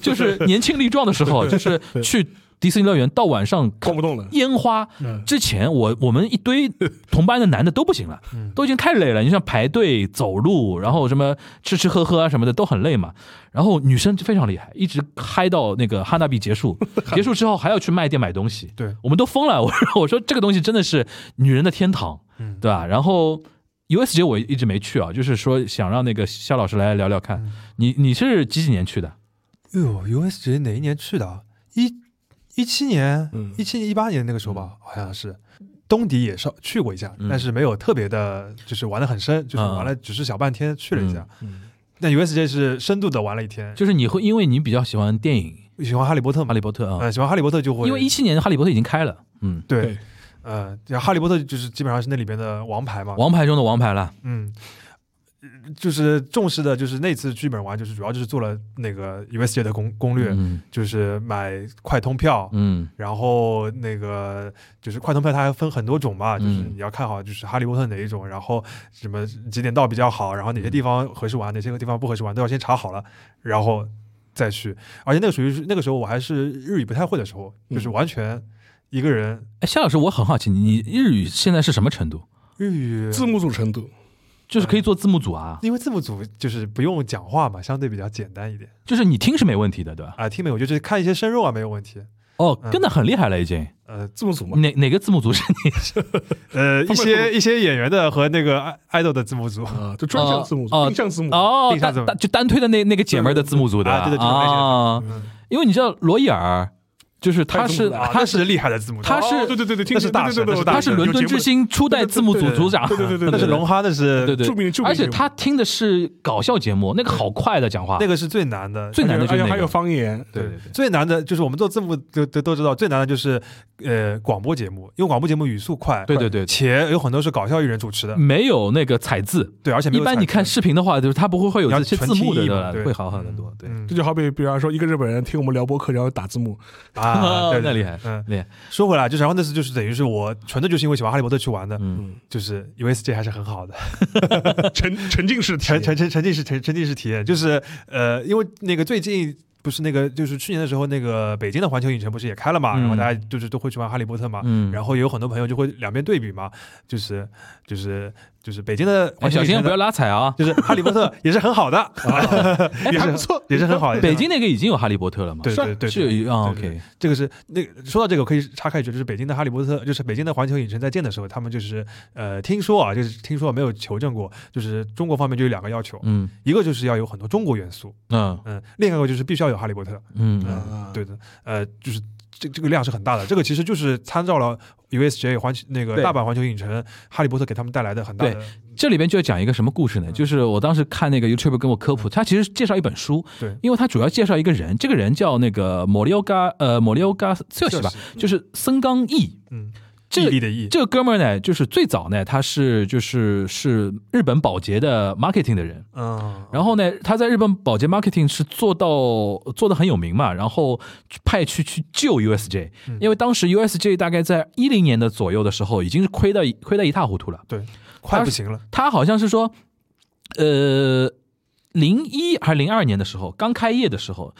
[SPEAKER 1] 就是年轻力壮的时候，就是去迪士尼乐园到晚上
[SPEAKER 2] 逛不动了。
[SPEAKER 1] 烟花
[SPEAKER 2] 嗯
[SPEAKER 1] 之前我，我们一堆同班的男的都不行 了，
[SPEAKER 3] 嗯
[SPEAKER 1] 都已经太累了。你像排队、走路，然后什么吃吃喝喝啊什么的都很累嘛。然后女生非常厉害，一直嗨到那个哈娜比结 束，结束之后还要去卖店买东西，
[SPEAKER 3] 对，
[SPEAKER 1] 我们都疯了。我 说我说这个东西真的是女人的天堂，
[SPEAKER 3] 嗯
[SPEAKER 1] 对吧？然后 USJ 我一直没去啊，就是说想让那个肖老师来聊聊看，
[SPEAKER 3] 嗯
[SPEAKER 1] 你你是几几年去的？
[SPEAKER 3] 哟，USJ 哪一年去的啊？一一七年
[SPEAKER 2] 嗯，
[SPEAKER 3] 一七年一八年那个时候吧，好像是。东迪也是去过一下，
[SPEAKER 1] 嗯
[SPEAKER 3] 但是没有特别的，就是玩的很深，就是玩了只是小半天去了一下。
[SPEAKER 2] 嗯
[SPEAKER 3] 那 USJ 是深度的玩了一天，
[SPEAKER 1] 就是你会因为你比较喜欢电影
[SPEAKER 3] 就喜欢哈利波特
[SPEAKER 1] 《
[SPEAKER 3] 嘛
[SPEAKER 1] 哈，利波特》啊，
[SPEAKER 3] 呃，喜欢哈利波特就会
[SPEAKER 1] 因为一七年《哈利波特》已经开了，嗯。
[SPEAKER 3] 对
[SPEAKER 2] 对，
[SPEAKER 3] 呃，然后哈利波特就是基本上是那里边的王牌嘛，
[SPEAKER 1] 王牌中的王牌了，
[SPEAKER 3] 嗯，呃就是重视的，就是那次剧本玩，就是主要就是做了那个 USJ 的攻攻略，
[SPEAKER 1] 嗯
[SPEAKER 3] 就是买快通票，
[SPEAKER 1] 嗯
[SPEAKER 3] 然后那个就是快通票，它还分很多种嘛，就是
[SPEAKER 1] 嗯
[SPEAKER 3] 你要看好就是哈利波特哪一种，然后什么几点到比较好，然后哪些地方合适玩，哪些地方不合适玩，都要先查好了，然后再去。而且那个属于是那个时候我还是日语不太会的时候，就是完全一个人
[SPEAKER 1] 哎，夏老师，我很好奇，你你日语现在是什么程度？
[SPEAKER 3] 日语
[SPEAKER 2] 嗯字幕组程度，
[SPEAKER 1] 就是可以做字幕组啊，
[SPEAKER 3] 因为字幕组就是不用讲话嘛，相对比较简单一点
[SPEAKER 1] 就是你听是没问题的，对吧？
[SPEAKER 3] 啊。听没有，就是看一些深入啊，没有问题。
[SPEAKER 1] 哦，
[SPEAKER 3] 嗯
[SPEAKER 1] 真的很厉害了，已经。
[SPEAKER 3] 呃
[SPEAKER 2] 字幕组嘛，
[SPEAKER 1] 哪哪个字幕组是你？
[SPEAKER 2] 他
[SPEAKER 3] 呃，一
[SPEAKER 2] 们
[SPEAKER 3] 些一些演员的和那个爱爱豆的字幕 组，
[SPEAKER 2] 啊，就专项字幕
[SPEAKER 1] 嗯哦
[SPEAKER 2] 组、定向字幕组，
[SPEAKER 1] 哦，
[SPEAKER 3] 定向
[SPEAKER 1] 单
[SPEAKER 3] 字幕
[SPEAKER 1] 单就单推的那那个姐们儿的字幕组吧
[SPEAKER 3] 对对对啊对对对
[SPEAKER 1] 啊，
[SPEAKER 2] 嗯
[SPEAKER 1] 因为你知道罗伊尔，就是他是
[SPEAKER 2] 对
[SPEAKER 3] 啊，
[SPEAKER 1] 他
[SPEAKER 3] 那是厉害的字幕组，
[SPEAKER 1] 他是
[SPEAKER 2] 哦对对对对，听
[SPEAKER 3] 那是大神
[SPEAKER 2] 对对对对
[SPEAKER 3] 那
[SPEAKER 1] 他
[SPEAKER 3] 是
[SPEAKER 1] 是
[SPEAKER 2] 有
[SPEAKER 1] 伦敦之星初代字幕组
[SPEAKER 3] 对对对
[SPEAKER 1] 组长，
[SPEAKER 2] 对对对对
[SPEAKER 3] 那是龙哈，那是
[SPEAKER 1] 对对
[SPEAKER 2] 著名的著名的
[SPEAKER 1] 而且他听的是搞笑节目，那个好快的讲话，
[SPEAKER 3] 那个是最难的，
[SPEAKER 1] 啊最
[SPEAKER 2] 节
[SPEAKER 1] 难
[SPEAKER 2] 目，
[SPEAKER 1] 的
[SPEAKER 2] 而
[SPEAKER 1] 就
[SPEAKER 2] 且
[SPEAKER 1] 是
[SPEAKER 2] 还
[SPEAKER 1] 那
[SPEAKER 2] 有
[SPEAKER 1] 个，
[SPEAKER 2] 方言，
[SPEAKER 1] 对对对，
[SPEAKER 3] 最难的就是我们做字幕都都都知道，最难的就是呃广播节目，因为广播节目语速快，
[SPEAKER 1] 对对对对
[SPEAKER 3] 且有很多是搞笑艺人主持的，
[SPEAKER 1] 没有那个采字，
[SPEAKER 3] 对，而且没
[SPEAKER 1] 一
[SPEAKER 3] 有
[SPEAKER 1] 般你
[SPEAKER 3] 彩
[SPEAKER 1] 看
[SPEAKER 3] 排
[SPEAKER 1] 视频的话，就是它不会会有
[SPEAKER 3] 你要
[SPEAKER 1] 这些
[SPEAKER 3] 纯
[SPEAKER 1] 字幕的，
[SPEAKER 3] 听译
[SPEAKER 1] 对
[SPEAKER 3] 嘛
[SPEAKER 1] 吧
[SPEAKER 3] 对
[SPEAKER 1] 会好很多。对，
[SPEAKER 3] 嗯
[SPEAKER 2] 这就好比比方说一个日本人听我们聊播客，然后打字幕，
[SPEAKER 3] 啊，对对
[SPEAKER 1] 那厉害
[SPEAKER 3] 嗯，
[SPEAKER 1] 厉害。
[SPEAKER 3] 说回来，就是然后那次就是等于是我纯粹就是因为喜欢哈利波特去玩的，
[SPEAKER 1] 嗯，
[SPEAKER 3] 就是 USJ 还是很好的，
[SPEAKER 2] 沉沉浸式体
[SPEAKER 3] 沉
[SPEAKER 2] 验
[SPEAKER 3] 沉沉沉浸式沉沉浸式体验，就是呃，因为那个最近。不是那个，就是去年的时候，那个北京的环球影城不是也开了嘛？然后
[SPEAKER 1] 嗯
[SPEAKER 3] 大家就是都会去玩哈利波特嘛。
[SPEAKER 1] 嗯
[SPEAKER 3] 然后也有很多朋友就会两边对比嘛，就是就是就是北京的
[SPEAKER 1] 哎
[SPEAKER 3] 环球
[SPEAKER 1] 小
[SPEAKER 3] 影
[SPEAKER 1] 心
[SPEAKER 3] 城
[SPEAKER 1] 不要
[SPEAKER 3] 的，
[SPEAKER 1] 拉踩啊！
[SPEAKER 3] 就是哈利波特也是很 好的，
[SPEAKER 2] 啊也
[SPEAKER 3] 也
[SPEAKER 2] 还不
[SPEAKER 3] 是
[SPEAKER 2] 错，
[SPEAKER 3] 也是很好的。
[SPEAKER 1] 北京那个已经有哈利波特了嘛？
[SPEAKER 3] 对
[SPEAKER 2] 是啊
[SPEAKER 3] 对对，
[SPEAKER 1] 是有啊
[SPEAKER 3] 对对
[SPEAKER 1] ，OK，
[SPEAKER 3] 这个是那个说到这个，我可以插开一句，就是北京的哈利波特，就是北京的环球影城在建的时候，他们就是呃，听说啊，就是听说没有求证过，就是中国方面就有两个要求，
[SPEAKER 1] 嗯
[SPEAKER 3] 一个就是要有很多中国元素，
[SPEAKER 1] 嗯
[SPEAKER 3] 嗯，另外一个就是必须要有哈利波特，
[SPEAKER 1] 嗯嗯
[SPEAKER 2] 啊
[SPEAKER 3] 对的，呃，就是这这个量是很大的，这个其实就是参照了 USJ 环球那个
[SPEAKER 1] 对
[SPEAKER 3] 大阪环球影城哈利波特给他们带来的很大的，
[SPEAKER 1] 这里边就要讲一个什么故事呢？
[SPEAKER 3] 嗯
[SPEAKER 1] 就是我当时看那个 YouTube 跟我科普，他其实介绍一本书，
[SPEAKER 3] 对
[SPEAKER 1] 因为他主要介绍一个人，这个人叫那个莫里奥嘎呃莫里奥嘎瑟西吧，就是森冈义。
[SPEAKER 3] 嗯，
[SPEAKER 1] 这
[SPEAKER 3] 毅
[SPEAKER 1] 个
[SPEAKER 3] 力的毅，
[SPEAKER 1] 这个哥们儿呢，就是最早呢，他是就是是日本宝洁的 marketing 的人，
[SPEAKER 3] 嗯，
[SPEAKER 1] 然后呢，他在日本保洁 marketing 是做到做的很有名嘛，然后派去去救 USJ，、
[SPEAKER 3] 嗯
[SPEAKER 1] 因为当时 USJ 大概在一零年的左右的时候，已经是亏的亏得一塌糊涂了。
[SPEAKER 3] 对，快不行了，
[SPEAKER 1] 他好像是说，呃，零一还是零二年的时候，刚开业的时候。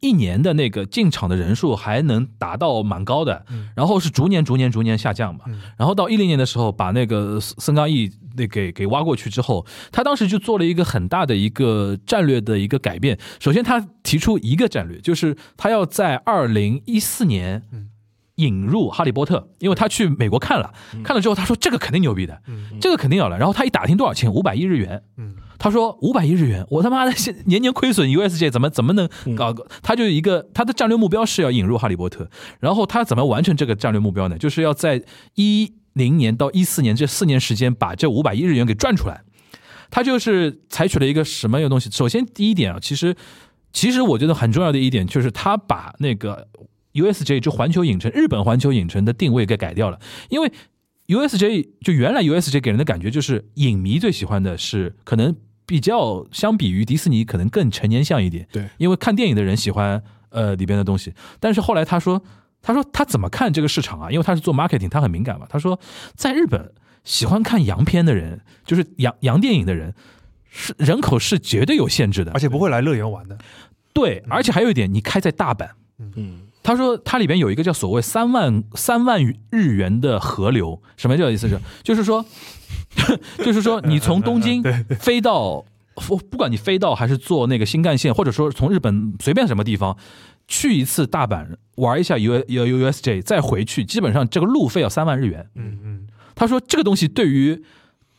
[SPEAKER 1] 一年的那个进场的人数还能达到蛮高的，
[SPEAKER 3] 嗯
[SPEAKER 1] 然后是逐年逐年逐年下降嘛，
[SPEAKER 3] 嗯
[SPEAKER 1] 然后到一零年的时候，把那个森森冈义那给给挖过去之后，他当时就做了一个很大的一个战略的一个改变。首先，他提出一个战略，就是他要在二零一四年
[SPEAKER 3] 嗯
[SPEAKER 1] 引入《哈利波特》，因为他去美
[SPEAKER 3] 嗯
[SPEAKER 1] 国看了，看了之后他说这个肯定牛逼的，这个肯定要了。然后他一打听多少钱，五百亿日元。
[SPEAKER 3] 嗯，
[SPEAKER 1] 他说五百亿日元，我他妈的现年年亏损 USJ，怎么怎么能搞个？他就一个他的战略目标是要引入哈利波特，然后他怎么完成这个战略目标呢？就是要在一零年到一四年这四年时间把这五百亿日元给赚出来。他就是采取了一个什么样的东西？首先第一点啊，其实其实我觉得很重要的一点就是他把那个 USJ 就环球影城日本环球影城的定位给改掉了，因为 USJ 就原来 USJ 给人的感觉就是影迷最喜欢的是可能比较相比于迪士尼可能更成年向一点，
[SPEAKER 2] 对，
[SPEAKER 1] 因为看电影的人喜欢呃里边的东西，但是后来他说他说他怎么看这个市场啊？因为他是做 marketing，他很敏感嘛，他说在日本喜欢看洋片的人，就是洋洋电影的人。是人口是绝对有限制的
[SPEAKER 3] 而，且不会来乐园玩的。
[SPEAKER 1] 对，
[SPEAKER 3] 嗯
[SPEAKER 1] 而且还有一点，你开在大阪，
[SPEAKER 2] 嗯，
[SPEAKER 1] 他说它里边有一个叫所谓三万三万日元的河流，什么叫意思 是？就是说， 就是说你从东 京飞到，不不管你飞到还是坐那个新干线，或者说从日本随便什么地方。去一次大阪玩一下 U U U S J，再回去，基本上这个路费要三万日元。
[SPEAKER 3] 嗯嗯，
[SPEAKER 1] 他说这个东西对于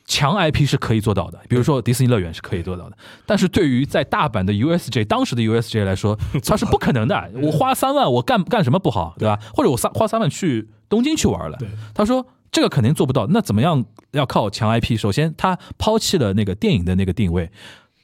[SPEAKER 1] 强 IP 是可以做到的，比如说迪士尼乐园是可以做到的，但是对于在大阪的 USJ 当时的 USJ 来说， 它是不可能的。我花三万，我干干什么不好，对吧？或者我三花三万去东京去玩了
[SPEAKER 2] 对，
[SPEAKER 1] 他说。这个肯定做不到，那怎么样要靠强 IP？首先，他抛弃了那个电影的那个定位，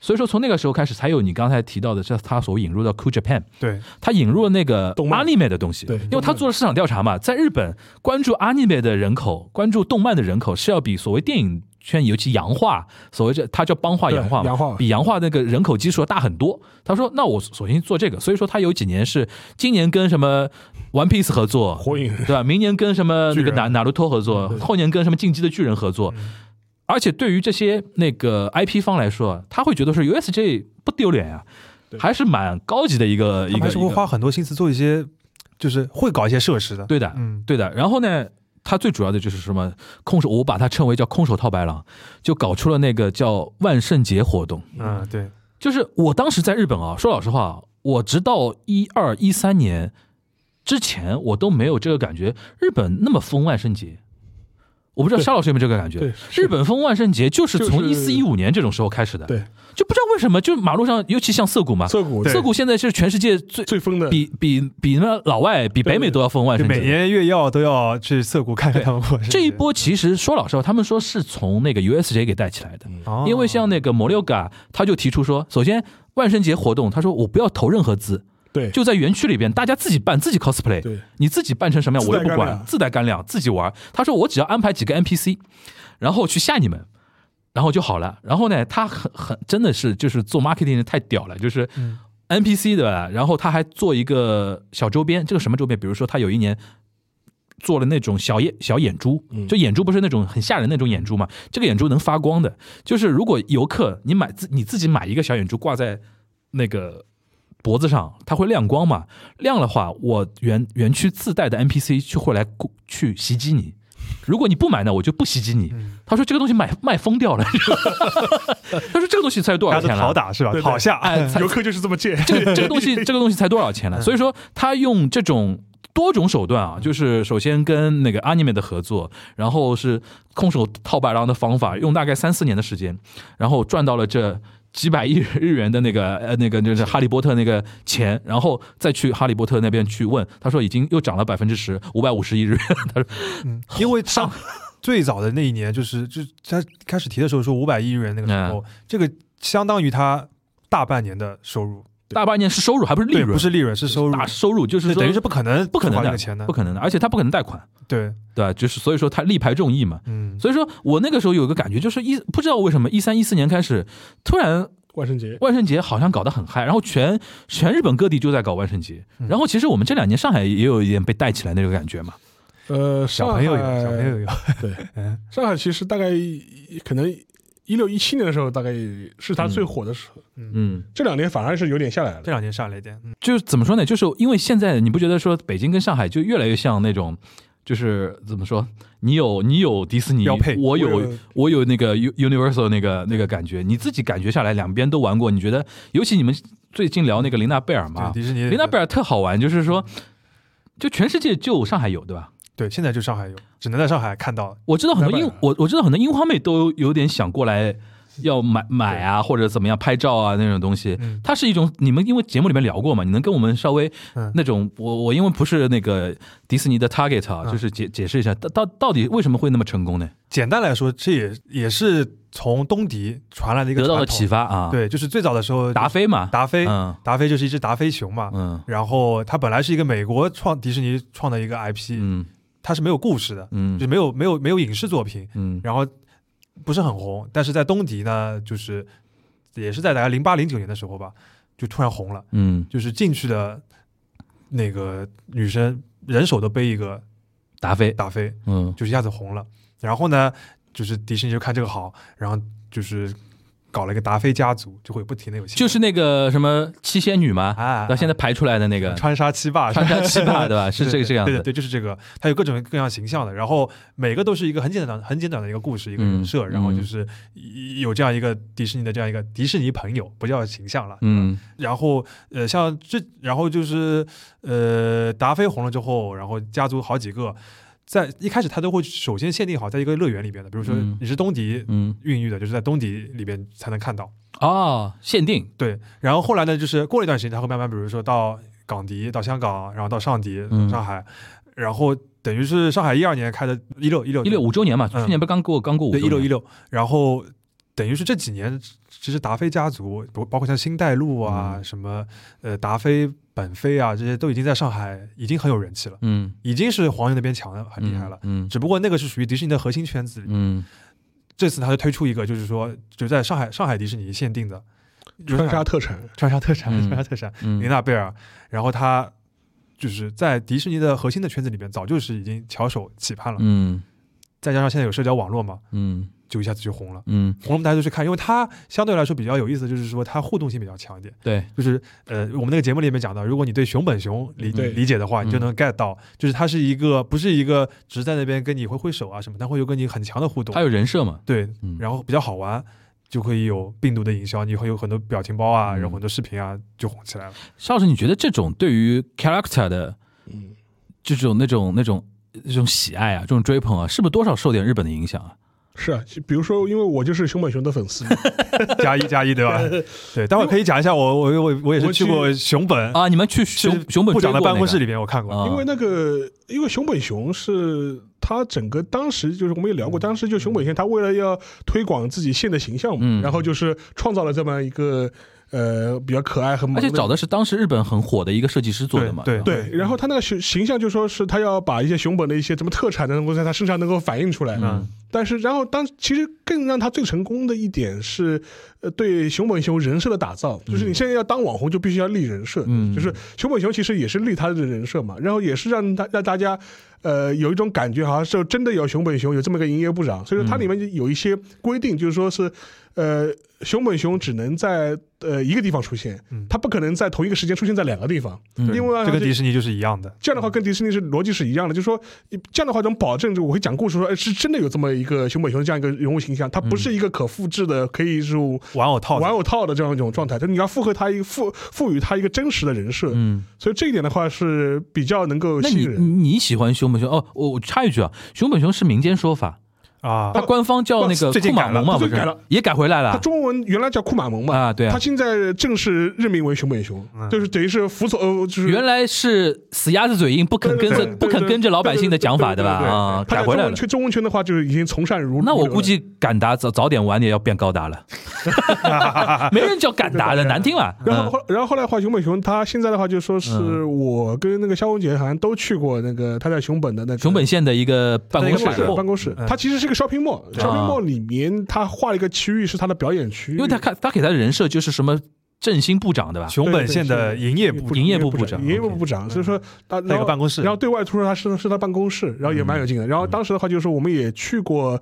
[SPEAKER 1] 所以说从那个时候开始，才有你刚才提到的，这他所引入的 Cool Japan，
[SPEAKER 3] 对，
[SPEAKER 1] 他引入了那个
[SPEAKER 2] 动漫
[SPEAKER 1] anime 的东西，
[SPEAKER 2] 对
[SPEAKER 1] 因为他做了市场调查嘛，在日本关注 anime 的人口，关注动漫的人口是要比所谓电影圈，尤其洋画，所谓这他叫邦画
[SPEAKER 2] 对
[SPEAKER 1] 洋画嘛，
[SPEAKER 2] 洋画
[SPEAKER 1] 比洋画那个人口基数要大很多。他说，那我索性做这个，所以说他有几年是今年跟什么 One Piece 合作，
[SPEAKER 2] 火影
[SPEAKER 1] 对吧？明年跟什么那
[SPEAKER 3] 巨
[SPEAKER 1] 个
[SPEAKER 3] 人
[SPEAKER 1] 哪哪路托合作，后年跟什么进击的巨人合作。
[SPEAKER 3] 嗯
[SPEAKER 1] 而且对于这些那个 IP 方来说，他会觉得说 USJ 不丢脸呀、
[SPEAKER 2] 对
[SPEAKER 1] 还是蛮高级的一个一
[SPEAKER 3] 他们
[SPEAKER 1] 个
[SPEAKER 3] 还是会
[SPEAKER 1] 一个
[SPEAKER 3] 花很多心思做一些，就是会搞一些设施的。
[SPEAKER 1] 对的，
[SPEAKER 3] 嗯，
[SPEAKER 1] 对的。然后呢，他最主要的就是什么空手，我把它称为叫空手套白狼，就搞出了那个叫万圣节活动。
[SPEAKER 3] 嗯，对，
[SPEAKER 1] 就是我当时在日本啊，说老实话，我直到一二一三年之前，我都没有这个感觉。日本那么疯万圣节，我不知道
[SPEAKER 2] 对
[SPEAKER 1] 沙老师有没有这个感觉？
[SPEAKER 2] 对
[SPEAKER 1] 日本疯万圣节就是从一
[SPEAKER 2] 就是
[SPEAKER 1] 四一五年这种时候开始的，
[SPEAKER 2] 对，
[SPEAKER 1] 就不知道为什么，就马路上，尤其像涩谷嘛，
[SPEAKER 2] 涩谷
[SPEAKER 1] 涩谷现在是全世界最
[SPEAKER 2] 最疯的，
[SPEAKER 1] 比比比那老外比北美都要疯万
[SPEAKER 3] 就
[SPEAKER 1] 圣节，
[SPEAKER 3] 每年月曜都要去涩谷看看他们过生日
[SPEAKER 1] 这一，波其实说老实话，他们说是从那个 USJ 给带起来的，
[SPEAKER 3] 哦
[SPEAKER 1] 因为像那个 m o l i o g a 他就提出说，首先万圣节活动，他说我不要投任何资，
[SPEAKER 2] 对，
[SPEAKER 1] 就在园区里边大家自己办自己 cosplay，
[SPEAKER 2] 对
[SPEAKER 1] 你自己扮成什么样我也不管，自带干粮自己玩。他说我只要安排几个 NPC，然后去吓你们。然后就好了，然后呢，他很很真的是就是做 marketing 的太屌了，就是
[SPEAKER 3] 嗯
[SPEAKER 1] NPC 对吧？然后他还做一个小周边，这个什么周边？比如说他有一年做了那种小眼小眼珠，
[SPEAKER 2] 嗯
[SPEAKER 1] 就眼珠不是那种很吓人那种眼珠嘛？这个眼珠能发光的，就是如果游客你买自你自己买一个小眼珠挂在那个脖子上，它会亮光嘛？亮的话，我园园区自带的 NPC 就会来过去袭击你。如果你不买呢，我就不袭击你。
[SPEAKER 3] 嗯
[SPEAKER 1] 他说这个东西买卖疯掉了， 他说这个东西才多
[SPEAKER 3] 大
[SPEAKER 1] 少
[SPEAKER 3] 家都
[SPEAKER 1] 钱
[SPEAKER 3] 讨
[SPEAKER 1] 了？
[SPEAKER 3] 打是吧
[SPEAKER 2] 对？对
[SPEAKER 3] 讨下，
[SPEAKER 1] 哎，才
[SPEAKER 2] 游客就是这么贱，
[SPEAKER 1] 这个这个东西，这个东西才多少钱
[SPEAKER 3] 嗯
[SPEAKER 1] 了？所以说，他用这种多种手段啊，就是首先跟那个 anime 的合作，然后是空手套白狼的方法，用大概三四年的时间，然后赚到了这。几百亿日元的那个呃那个就是哈利波特那个钱，然后再去哈利波特那边去问，他说已经又涨了百分之十，五百五十亿日元。他说
[SPEAKER 3] 嗯，因为 上最早的那一年，就是就他开始提的时候说五百亿日元那个时
[SPEAKER 1] 嗯
[SPEAKER 3] 候，这个相当于他大半年的收入，
[SPEAKER 1] 大半年是收入，还不是利
[SPEAKER 3] 对，
[SPEAKER 1] 润
[SPEAKER 3] 不，是利润，是收入
[SPEAKER 1] 大，收入就是
[SPEAKER 3] 那
[SPEAKER 1] 说
[SPEAKER 3] 等于是不可能
[SPEAKER 1] 不可能
[SPEAKER 3] 花这
[SPEAKER 1] 的
[SPEAKER 3] 个钱的
[SPEAKER 1] 不，可能的，而且他不可能贷款，
[SPEAKER 3] 对，
[SPEAKER 1] 对吧？就是所以说他力排众议嘛，
[SPEAKER 3] 嗯，
[SPEAKER 1] 所以说我那个时候有个感觉，就是一不知道为什么一三一四年开始，突然
[SPEAKER 2] 万圣节，
[SPEAKER 1] 万圣节好像搞得很嗨，然后全全日本各地就在搞万圣节。然后其实我们这两年上海也有一点被带起来那种感觉嘛。
[SPEAKER 2] 呃，
[SPEAKER 3] 小朋友有，
[SPEAKER 2] 上海
[SPEAKER 3] 小朋友有，
[SPEAKER 2] 对，
[SPEAKER 3] 嗯
[SPEAKER 2] 上海其实大概一可能一六一七年的时候，大概是它最火的时候，
[SPEAKER 1] 嗯，
[SPEAKER 2] 这两年反而是有点下来
[SPEAKER 3] 这
[SPEAKER 2] 了。
[SPEAKER 3] 两年上来一点，嗯，
[SPEAKER 1] 就是怎么说呢？就是因为现在你不觉得说北京跟上海就越来越像那种，就是怎么说？你有你有迪士尼，
[SPEAKER 3] 标配
[SPEAKER 1] 我
[SPEAKER 2] 我
[SPEAKER 1] 有
[SPEAKER 2] 有
[SPEAKER 1] 我有那个 U- Universal 那个那个感觉。你自己感觉下来，两边都玩过，你觉得？尤其你们最近聊那个琳娜贝尔嘛
[SPEAKER 3] 对，，嗯迪士尼，
[SPEAKER 1] 琳娜贝尔特好玩，就是说，就全世界就上海有，对吧？
[SPEAKER 3] 对，现在就上海有，只能在上海看到，
[SPEAKER 1] 我知道很多樱
[SPEAKER 2] 拜拜，
[SPEAKER 1] 我我知道很多樱花妹都有点想过来要买买啊，或者怎么样拍照啊那种东西
[SPEAKER 3] 嗯，
[SPEAKER 1] 它是一种你们因为节目里面聊过嘛，你能跟我们稍微
[SPEAKER 3] 嗯
[SPEAKER 1] 那种我我因为不是那个迪士尼的 target 啊，
[SPEAKER 3] 嗯
[SPEAKER 1] 就是解解释一下，到到到底为什么会那么成功呢？
[SPEAKER 3] 简单来说，这也也是从东迪传来的一个
[SPEAKER 1] 得到了
[SPEAKER 3] 传统
[SPEAKER 1] 启。发啊，，
[SPEAKER 3] 对，就是啊最早的时候，
[SPEAKER 1] 达菲嘛，
[SPEAKER 3] 达菲，
[SPEAKER 1] 嗯
[SPEAKER 3] 达菲就是一只达菲熊嘛。
[SPEAKER 1] 嗯
[SPEAKER 3] 然后它本来是一个美国创迪士尼创的一个 IP，、
[SPEAKER 1] 嗯
[SPEAKER 3] 它是没有故事的，
[SPEAKER 1] 嗯
[SPEAKER 3] 就是没有没有没有影视作品，
[SPEAKER 1] 嗯
[SPEAKER 3] 然后不是很红。但是在东迪呢，就是也是在大概零八零九年的时候吧，就突然红了。
[SPEAKER 1] 嗯，
[SPEAKER 3] 就是进去的那个女生人手都背一个
[SPEAKER 1] 达菲，
[SPEAKER 3] 达菲，
[SPEAKER 1] 嗯
[SPEAKER 3] 就是一下子红了。然后呢，就是迪士尼就看这个好，然后就是搞了一个达菲家族，就会不停的有新的
[SPEAKER 1] 就是那个什么七仙女嘛，
[SPEAKER 3] 啊，
[SPEAKER 1] 到现在排出来的那个
[SPEAKER 3] 川沙七霸啊是吧
[SPEAKER 1] 穿山七霸对吧？是这个这个样
[SPEAKER 3] 对对
[SPEAKER 1] 子，
[SPEAKER 3] 对，就是这个，它有各种各样形象的，然后每个都是一个很简短、很简短的一个故事、一个人设，
[SPEAKER 1] 嗯
[SPEAKER 3] 然后就是一有这样一个迪士尼的这样一个迪士尼朋友，不叫形象了。
[SPEAKER 1] 嗯
[SPEAKER 3] 然后呃，像这，然后就是呃，达菲红了之后，然后家族好几个，在一开始他都会首先限定好在一个乐园里边的，比如说
[SPEAKER 1] 嗯
[SPEAKER 3] 你是东迪
[SPEAKER 1] 嗯，
[SPEAKER 3] 孕育的，就是在东迪里边才能看到。
[SPEAKER 1] 哦，限定，
[SPEAKER 3] 对，然后后来呢，就是过了一段时间，他会慢慢，比如说到港迪、到香港，然后到上迪、
[SPEAKER 1] 嗯
[SPEAKER 3] 上海，然后等于是上海一二年开的，一六一六
[SPEAKER 1] 一六五周年嘛，
[SPEAKER 3] 嗯
[SPEAKER 1] 去年不是刚过刚过五
[SPEAKER 3] 对
[SPEAKER 1] 周
[SPEAKER 3] 一六一
[SPEAKER 1] 年，
[SPEAKER 3] 六，然后等于是这几年，其实达菲家族，包包括像新đại陆啊、
[SPEAKER 1] 嗯
[SPEAKER 3] 什么呃达菲、本菲啊这些，都已经在上海已经很有人气了，
[SPEAKER 1] 嗯，
[SPEAKER 3] 已经是黄牛那边强的很厉害了。
[SPEAKER 1] 嗯
[SPEAKER 3] 只不过那个是属于迪士尼的核心圈子里，
[SPEAKER 1] 嗯，
[SPEAKER 3] 这次他就推出一个，就是说就在上海上海迪士尼限定的
[SPEAKER 2] 川沙特产，
[SPEAKER 3] 川沙特产，
[SPEAKER 1] 嗯
[SPEAKER 3] 川沙特产。
[SPEAKER 1] 嗯
[SPEAKER 3] 林娜贝尔，然后他就是在迪士尼的核心的圈子里面，早就是已经翘首企盼了。
[SPEAKER 1] 嗯
[SPEAKER 3] 再加上现在有社交网络嘛，
[SPEAKER 1] 嗯
[SPEAKER 3] 就一下子就红了。
[SPEAKER 1] 嗯，
[SPEAKER 3] 红了大家就去看，因为它相对来说比较有意思，就是说它互动性比较强一点。
[SPEAKER 1] 对，
[SPEAKER 3] 就是呃，我们那个节目里面讲到，如果你对熊本熊理
[SPEAKER 2] 对
[SPEAKER 3] 理解的话，
[SPEAKER 1] 嗯
[SPEAKER 3] 你就能 get 到，就是它是一个不是一个只是在那边跟你挥挥手啊什么，它会有跟你很强的互动
[SPEAKER 1] 它。有人设嘛，
[SPEAKER 3] 对，
[SPEAKER 1] 嗯，
[SPEAKER 3] 然后比较好玩，就会有病毒的营销，你会有很多表情包啊，
[SPEAKER 1] 嗯
[SPEAKER 3] 然后很多视频啊，就红起来了。
[SPEAKER 1] 邵老师，你觉得这种对于 character 的
[SPEAKER 2] 嗯，
[SPEAKER 1] 这种那种那种这种喜爱啊，这种追捧啊，是不是多少受点日本的影响啊？
[SPEAKER 2] 是啊，比如说，因为我就是熊本熊的粉 丝，
[SPEAKER 3] 加一加一，对吧？对，待会儿可以讲一下我我我我也是去过熊本，
[SPEAKER 1] 啊，你们去
[SPEAKER 3] 去
[SPEAKER 1] 熊熊本
[SPEAKER 3] 部长的
[SPEAKER 1] 追过
[SPEAKER 3] 办公室
[SPEAKER 1] 那
[SPEAKER 3] 里面我看
[SPEAKER 1] 个
[SPEAKER 3] 过。
[SPEAKER 1] 啊，
[SPEAKER 2] 因为那个，因为熊本熊是他整个当时就是我们也
[SPEAKER 3] 嗯
[SPEAKER 2] 聊过，当时就熊本县他为了要推广自己县的形象嘛，
[SPEAKER 1] 嗯
[SPEAKER 2] 然后就是创造了这么一个呃比较可爱和萌
[SPEAKER 1] 而且
[SPEAKER 2] 的
[SPEAKER 1] 找的是当时日本很火的一个设计师做的嘛，
[SPEAKER 3] 对
[SPEAKER 2] 对，然后他那个形形象就说是他要把一些熊本的一些什么特产能够在他身上能够反映出来，
[SPEAKER 1] 嗯
[SPEAKER 2] 但是然后当其实更让他最成功的一点是，呃，对熊本熊人设的打造，就是你现在要当网红就必须要立人设，
[SPEAKER 1] 嗯
[SPEAKER 2] 就是熊本熊其实也是立他的人设嘛，然后也是让大让大家，呃，有一种感觉好像是真的有熊本熊有这么个营业部长，所以说它里面就有一些规定，就是说是，呃，熊本熊只能在呃一个地方出现
[SPEAKER 3] 嗯，
[SPEAKER 2] 它不可能在同一个时间出现在两个地方，
[SPEAKER 1] 嗯
[SPEAKER 2] 因为啊
[SPEAKER 3] 这跟
[SPEAKER 2] 就
[SPEAKER 3] 迪士尼就是一样的，
[SPEAKER 2] 这样的话跟迪士尼是逻辑是一样的，就是说这样的话能保证，就我会讲故事说，哎，是真的有这么一个熊本熊这样一个人物形象，它
[SPEAKER 1] 嗯
[SPEAKER 2] 不是一个可复制的，可以是
[SPEAKER 3] 玩偶套子
[SPEAKER 2] 玩偶套的这样一种状态，但你要复合它一个赋赋予它一个真实的人设，
[SPEAKER 1] 嗯，
[SPEAKER 2] 所以这一点的话是比较能够
[SPEAKER 1] 那
[SPEAKER 2] 吸
[SPEAKER 1] 你嗯
[SPEAKER 2] 引人。
[SPEAKER 1] 你喜欢熊本熊？哦，我我插一句啊，熊本熊是民间说法，
[SPEAKER 3] 啊
[SPEAKER 1] 它，官方叫那个
[SPEAKER 3] 最
[SPEAKER 1] 库
[SPEAKER 3] 近
[SPEAKER 1] 马
[SPEAKER 3] 改了
[SPEAKER 1] 龙嘛，不
[SPEAKER 2] 最
[SPEAKER 1] 是
[SPEAKER 2] 近改了
[SPEAKER 1] 也改回来
[SPEAKER 2] 它
[SPEAKER 1] 了
[SPEAKER 2] 中文原来叫库马蒙嘛，
[SPEAKER 1] 啊？对啊
[SPEAKER 2] 它，现在正式任命为熊本熊，
[SPEAKER 3] 嗯
[SPEAKER 2] 就是等于是辅佐，呃，就是
[SPEAKER 1] 原来是死鸭子嘴硬，不肯跟
[SPEAKER 2] 对
[SPEAKER 1] 着
[SPEAKER 2] 对对
[SPEAKER 1] 不肯跟着老百姓的讲法，
[SPEAKER 2] 对对
[SPEAKER 1] 吧？
[SPEAKER 2] 对对对
[SPEAKER 1] 啊，
[SPEAKER 2] 它
[SPEAKER 1] 改
[SPEAKER 2] 在
[SPEAKER 1] 回
[SPEAKER 2] 中
[SPEAKER 1] 来
[SPEAKER 2] 文
[SPEAKER 1] 了。
[SPEAKER 2] 圈中文圈的话，就是已经从善如
[SPEAKER 1] 那我估
[SPEAKER 2] 如流了
[SPEAKER 1] 计敢达早早点晚点要变高达了，没人叫敢达的，难听了。
[SPEAKER 2] 然后
[SPEAKER 1] 嗯
[SPEAKER 2] 后，然后后来的话，熊本熊他现在的话就说是我跟那个肖文杰好像都去过那个他在熊本的那个
[SPEAKER 1] 熊本县的一个办公室
[SPEAKER 3] 那个百
[SPEAKER 2] 是
[SPEAKER 3] 货
[SPEAKER 2] 办公室
[SPEAKER 3] 嗯，
[SPEAKER 2] 它其实是个 shopping mall，shopping mall 里面他画了一个区域是他的表演区域，
[SPEAKER 1] 啊因为他看他给他的人设就是什么振兴部长，对吧？
[SPEAKER 3] 啊熊本县的营业部
[SPEAKER 1] 对营业部
[SPEAKER 2] 部
[SPEAKER 1] 部长嗯
[SPEAKER 2] 营业部部长，所以说他
[SPEAKER 3] 那个办公室，
[SPEAKER 2] 然后对外突说他是是他办公室，然后也
[SPEAKER 1] 嗯
[SPEAKER 2] 蛮有劲的。然后当时的话就是说我们也去过，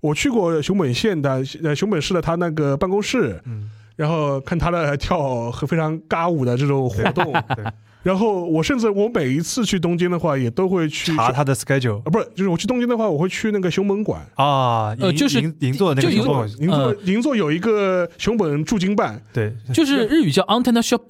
[SPEAKER 2] 我去过熊本县的呃熊本市的他那个办公室，
[SPEAKER 3] 嗯，
[SPEAKER 2] 然后看他的跳和非常尬舞的 这种活动
[SPEAKER 3] 对。
[SPEAKER 2] 然后我甚至我每一次去东京的话，也都会去
[SPEAKER 3] 查
[SPEAKER 2] 啊，
[SPEAKER 3] 他的 schedule
[SPEAKER 2] 不是，就是我去东京的话，我会去那个熊本馆。哦
[SPEAKER 3] 啊，
[SPEAKER 1] 呃
[SPEAKER 3] 银
[SPEAKER 1] 就是
[SPEAKER 3] 银银座的那
[SPEAKER 1] 就
[SPEAKER 3] 个
[SPEAKER 1] 有
[SPEAKER 3] 熊本
[SPEAKER 2] 银
[SPEAKER 1] 嗯
[SPEAKER 2] 座银座有一个熊本驻京办，
[SPEAKER 3] 对
[SPEAKER 1] 就是日语叫 antenna shop，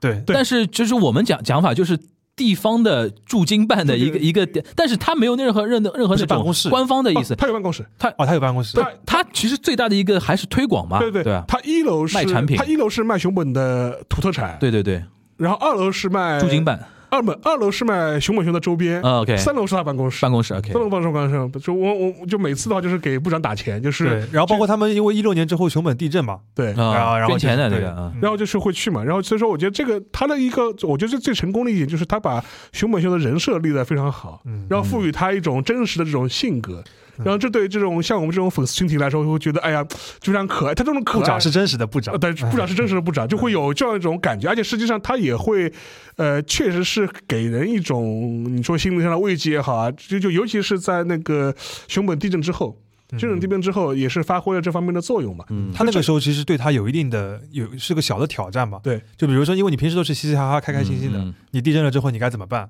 [SPEAKER 3] 对
[SPEAKER 2] 对
[SPEAKER 1] 但是就是我们讲讲法就是地方的驻京办的一个
[SPEAKER 2] 对对
[SPEAKER 1] 一个点，但是他没有任何任任何
[SPEAKER 3] 不
[SPEAKER 1] 那
[SPEAKER 3] 是
[SPEAKER 1] 种
[SPEAKER 3] 办公室
[SPEAKER 1] 官方的意
[SPEAKER 2] 哦
[SPEAKER 1] 思。
[SPEAKER 2] 他有办公室，
[SPEAKER 3] 哦，他有办公室，
[SPEAKER 2] 他
[SPEAKER 1] 他其实最大的一个还是推广嘛，
[SPEAKER 2] 对
[SPEAKER 1] 对
[SPEAKER 2] 对
[SPEAKER 1] 啊
[SPEAKER 2] 他一楼是
[SPEAKER 1] 卖产品
[SPEAKER 2] 他一楼是卖熊本的土特产，，
[SPEAKER 1] 对对对，
[SPEAKER 2] 然后二楼是卖
[SPEAKER 1] 驻京，办
[SPEAKER 2] 二本二楼是卖熊本熊的周边，
[SPEAKER 1] 啊，OK，
[SPEAKER 2] 呃三楼是他办公室，
[SPEAKER 1] 办公室 OK，
[SPEAKER 2] 三楼办公室，就我我就每次的话就是给部长打钱，就是
[SPEAKER 3] 对，然后包括他们因为一六年之后熊本地震嘛，
[SPEAKER 2] 对，
[SPEAKER 1] 啊，
[SPEAKER 3] 然
[SPEAKER 1] 捐
[SPEAKER 3] 后就是
[SPEAKER 1] 钱的那
[SPEAKER 3] 对嗯
[SPEAKER 1] 个啊，
[SPEAKER 2] 然后就是会去嘛，然后所以说我觉得这个他的一个，我觉得最最成功的一点就是他把熊本熊的人设立得非常好，
[SPEAKER 3] 嗯
[SPEAKER 2] 然后赋予他一种真实的这种性格，
[SPEAKER 3] 嗯
[SPEAKER 2] 然后这对这种像我们这种粉丝群体来说，会觉得哎呀就非常可爱，他这种可
[SPEAKER 3] 部
[SPEAKER 2] 爱
[SPEAKER 3] 长。是真实的部长哎
[SPEAKER 2] 呃，，对，部长是真实的部长，就会有这样一种感觉，而且实际上他也会，呃，确实是给人一种你说心灵上的慰藉也好啊，就就尤其是在那个熊本地震之后，
[SPEAKER 3] 嗯
[SPEAKER 2] 这种地震之后也是发挥了这方面的作用嘛。
[SPEAKER 1] 嗯，
[SPEAKER 3] 他那个时候其实对他有一定的有是个小的挑战嘛。
[SPEAKER 2] 对，
[SPEAKER 3] 就比如说，因为你平时都是嘻嘻哈哈、开开心心的，
[SPEAKER 1] 嗯
[SPEAKER 3] 你地震了之后你该怎么办？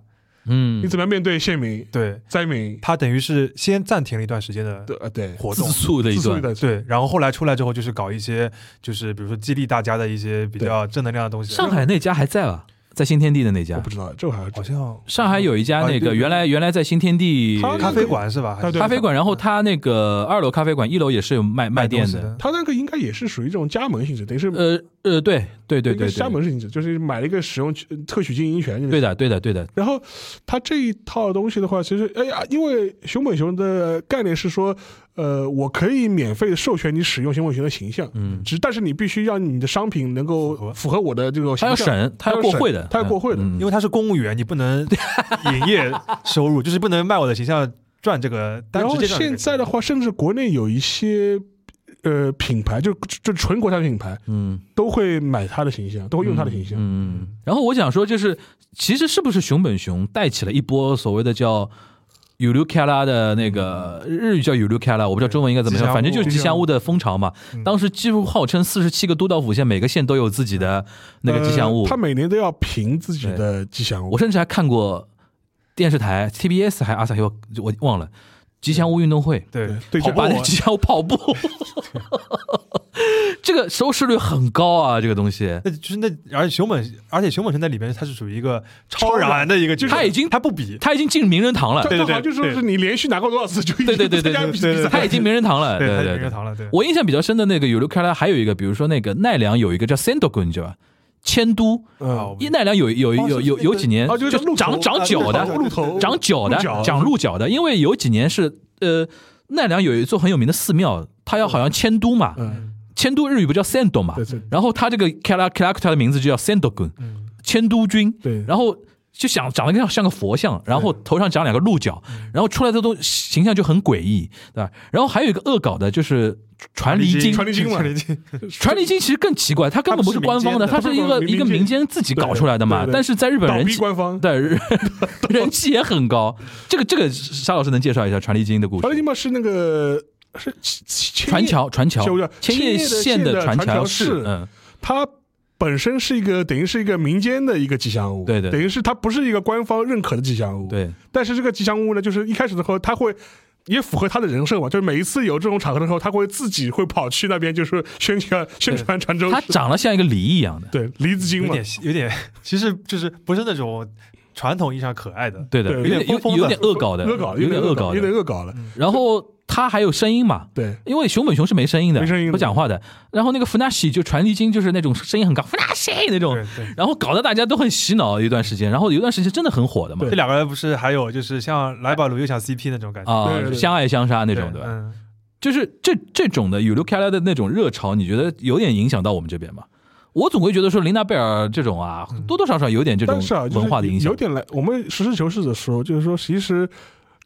[SPEAKER 1] 嗯，
[SPEAKER 2] 你怎么样面对县民、
[SPEAKER 3] 对
[SPEAKER 2] 灾民？
[SPEAKER 3] 他等于是先暂停了一段时间的
[SPEAKER 2] 对，呃，对，
[SPEAKER 3] 活
[SPEAKER 1] 自
[SPEAKER 3] 动，
[SPEAKER 1] 述的一
[SPEAKER 2] 自述
[SPEAKER 1] 段
[SPEAKER 2] 一，段
[SPEAKER 3] 对，然后后来出来之后就是搞一些就是比如说激励大家的一些比较正能量的东西。
[SPEAKER 1] 上海那家还在吧？在新天地的那
[SPEAKER 2] 我
[SPEAKER 1] 家
[SPEAKER 2] 不，知道，这我还要
[SPEAKER 3] 好像
[SPEAKER 1] 上海有一家
[SPEAKER 3] 啊
[SPEAKER 1] 那
[SPEAKER 3] 对
[SPEAKER 1] 个
[SPEAKER 3] 对
[SPEAKER 1] 原来原来在新天地
[SPEAKER 2] 他
[SPEAKER 3] 咖啡馆是吧？还
[SPEAKER 2] 啊
[SPEAKER 3] 是
[SPEAKER 2] 对
[SPEAKER 1] 咖啡馆，然后他那个二楼咖啡馆，一楼也是有卖卖
[SPEAKER 3] 嗯东
[SPEAKER 1] 店
[SPEAKER 3] 西
[SPEAKER 1] 的。
[SPEAKER 2] 他那个应该也是属于这种加盟性质，等于是
[SPEAKER 1] 呃呃，对对对
[SPEAKER 2] 应该
[SPEAKER 1] 对
[SPEAKER 2] 是加
[SPEAKER 1] 对，
[SPEAKER 2] 盟性质，就是买了一个使用权特许经营权。就是
[SPEAKER 1] 对的对的对的，
[SPEAKER 2] 然后他这一套东西的话，其实哎呀，因为熊本熊的概念是说，呃，我可以免费授权你使用熊本熊的形象，
[SPEAKER 1] 嗯，
[SPEAKER 2] 只但是你必须让你的商品能
[SPEAKER 3] 符
[SPEAKER 2] 够
[SPEAKER 3] 合
[SPEAKER 2] 符合我的这个
[SPEAKER 1] 他要
[SPEAKER 2] 形象。
[SPEAKER 1] 审，他
[SPEAKER 2] 他要
[SPEAKER 1] 过
[SPEAKER 2] 审
[SPEAKER 1] 会的，
[SPEAKER 2] 他要过会的
[SPEAKER 1] 嗯
[SPEAKER 3] 因为他是公务员，你不 能营业收入，就是不能卖我的形象赚这个。单
[SPEAKER 2] 然后
[SPEAKER 3] 直接赚这个
[SPEAKER 2] 现在的话，甚至国内有一些呃品牌，就就纯国产品牌
[SPEAKER 1] 嗯，
[SPEAKER 2] 都会买他的形象，都会用他的形象。
[SPEAKER 1] 嗯，嗯然后我想说，就是其实是不是熊本熊带起了一波所谓的叫 u l u k a l a 的那个
[SPEAKER 2] 嗯
[SPEAKER 1] 日语叫 u l u k a l a 我不知道中文应该怎么
[SPEAKER 3] 吉祥
[SPEAKER 1] 样，
[SPEAKER 3] 物
[SPEAKER 1] 反正就是吉祥物的风潮嘛。
[SPEAKER 3] 嗯
[SPEAKER 1] 当时几乎号称四十七个都道府县，每个县都有自己的那个吉祥物。
[SPEAKER 2] 呃他每年都要评自己的吉祥物
[SPEAKER 1] 我。甚至还看过电视台 TBS 还阿萨希我我忘了吉祥物运动会。
[SPEAKER 3] 对
[SPEAKER 2] 对，
[SPEAKER 1] 跑
[SPEAKER 2] 就
[SPEAKER 1] 把那
[SPEAKER 3] 啊
[SPEAKER 2] 我
[SPEAKER 1] 吉祥物跑步， 这个收视率很高啊！这个东西，
[SPEAKER 3] 那就是那，而且熊本，而且熊本城在里边，它是属于一个超
[SPEAKER 2] 超
[SPEAKER 3] 然的一个，就是
[SPEAKER 1] 它已经
[SPEAKER 3] 它不比，
[SPEAKER 1] 他已经进名人堂了，
[SPEAKER 2] 这
[SPEAKER 3] 对对
[SPEAKER 2] 正
[SPEAKER 3] 对
[SPEAKER 2] 好就说是你连续拿过多少次就已经
[SPEAKER 1] 对对对对
[SPEAKER 2] 参加
[SPEAKER 1] 对
[SPEAKER 2] 比
[SPEAKER 3] 对对
[SPEAKER 2] 赛
[SPEAKER 3] 对
[SPEAKER 1] 他已经名人堂了，对
[SPEAKER 3] 它
[SPEAKER 1] 对
[SPEAKER 3] 名人
[SPEAKER 1] 对。
[SPEAKER 3] 堂了，对。
[SPEAKER 1] 我印象比较深的那个有卢卡拉，还有一个，比如说那个奈良有一个叫 Sendogun，叫迁都，
[SPEAKER 3] 啊，
[SPEAKER 2] 嗯
[SPEAKER 1] 一奈良有有
[SPEAKER 3] 哦
[SPEAKER 1] 有
[SPEAKER 3] 是
[SPEAKER 1] 有
[SPEAKER 3] 那个
[SPEAKER 1] 有几年
[SPEAKER 2] 哦就
[SPEAKER 1] 就是
[SPEAKER 2] 鹿头
[SPEAKER 1] 长长脚
[SPEAKER 2] 啊
[SPEAKER 1] 的，
[SPEAKER 2] 鹿头
[SPEAKER 1] 长脚的
[SPEAKER 2] 鹿角，
[SPEAKER 1] 长鹿角的，因为有几年是呃奈良有一座很有名的寺庙，它要好像迁都嘛，
[SPEAKER 2] 嗯，
[SPEAKER 1] 迁都日语不叫 Sendo 嘛
[SPEAKER 2] 对，对
[SPEAKER 1] 然后它这个 Kara k a r a k t e 的名字就叫 Sendogun，
[SPEAKER 3] 嗯
[SPEAKER 1] 迁都君，
[SPEAKER 2] 对，
[SPEAKER 1] 然后就想长得像像个佛像，然后头上长两个鹿角，然后出来的都形象就很诡异，对吧？然后还有一个恶搞的就是传离经，
[SPEAKER 2] 传离经嘛
[SPEAKER 3] 传离经，
[SPEAKER 1] 传离经其实更奇怪，它根本不是官方的，它
[SPEAKER 2] 它
[SPEAKER 1] 是
[SPEAKER 2] 不是
[SPEAKER 1] 一
[SPEAKER 2] 民间
[SPEAKER 1] 个一
[SPEAKER 2] 的
[SPEAKER 1] 个
[SPEAKER 2] 它不是
[SPEAKER 1] 民间自己搞出来的嘛
[SPEAKER 2] 对对，对
[SPEAKER 1] 但是在日本
[SPEAKER 2] 倒
[SPEAKER 1] 人
[SPEAKER 2] 逼
[SPEAKER 1] 气。
[SPEAKER 2] 官方。
[SPEAKER 1] 对，人人气也很高。这个这个，沙老师能介绍一下传离经的故
[SPEAKER 2] 传
[SPEAKER 1] 事？
[SPEAKER 2] 奇嘛是那个是千
[SPEAKER 1] 船，桥，船桥
[SPEAKER 2] 千叶，
[SPEAKER 1] 千
[SPEAKER 2] 千
[SPEAKER 1] 叶
[SPEAKER 2] 叶的
[SPEAKER 1] 县
[SPEAKER 2] 县的
[SPEAKER 1] 船
[SPEAKER 2] 船
[SPEAKER 1] 桥
[SPEAKER 2] 桥
[SPEAKER 1] 市
[SPEAKER 2] 市，
[SPEAKER 1] 嗯，
[SPEAKER 2] 它本身是一个等于是一个民间的一个吉祥物，
[SPEAKER 1] 对对
[SPEAKER 2] 等于是它不是一个官方认可的吉祥物，。
[SPEAKER 1] 对，
[SPEAKER 2] 但是这个吉祥物呢，就是一开始的时候，他会也符合他的人设嘛，就是每一次有这种场合的时候，他会自己会跑去那边，就是宣传宣传传州
[SPEAKER 1] 它
[SPEAKER 2] 市，
[SPEAKER 1] 长得像一个梨一样的，
[SPEAKER 2] 对梨子精
[SPEAKER 3] 有
[SPEAKER 2] 嘛，
[SPEAKER 3] 点有点，其实就是不是那种传统意义上可爱的，
[SPEAKER 1] 对的，有
[SPEAKER 2] 对
[SPEAKER 1] 点
[SPEAKER 3] 有点
[SPEAKER 1] 有
[SPEAKER 3] 疯
[SPEAKER 1] 有
[SPEAKER 3] 的
[SPEAKER 1] 点恶搞的，
[SPEAKER 2] 恶搞，
[SPEAKER 1] 有点
[SPEAKER 2] 恶
[SPEAKER 1] 恶搞
[SPEAKER 2] 有
[SPEAKER 1] 的嗯
[SPEAKER 2] 点。恶搞了，
[SPEAKER 1] 然后它还有声音嘛，
[SPEAKER 2] 对。
[SPEAKER 1] 因为熊本熊是没声音的，
[SPEAKER 2] 没声音的
[SPEAKER 1] 不讲话的。然后那个弗纳西就传递经，就是那种声音很高，弗纳西那种
[SPEAKER 3] 对，对。
[SPEAKER 1] 然后搞得大家都很洗脑一段时间。然后有一段时间真的很火的嘛
[SPEAKER 3] 这，两个人不是还有就是像莱宝鲁又想 CP 那种感觉
[SPEAKER 1] 啊
[SPEAKER 2] 对对，对
[SPEAKER 1] 相爱相杀那种，对
[SPEAKER 3] 对
[SPEAKER 1] 吧？
[SPEAKER 3] 嗯，
[SPEAKER 1] 就是这这种的 u l u k a l a 的那种热潮，你觉得有点影响到我们这边吗？我总会觉得说琳达贝尔这种啊，
[SPEAKER 2] 嗯
[SPEAKER 1] 多多少少有点这种
[SPEAKER 2] 但是啊，就是
[SPEAKER 1] 文化的影响
[SPEAKER 2] 有。点来，我们实事求是的说，就是说，其实，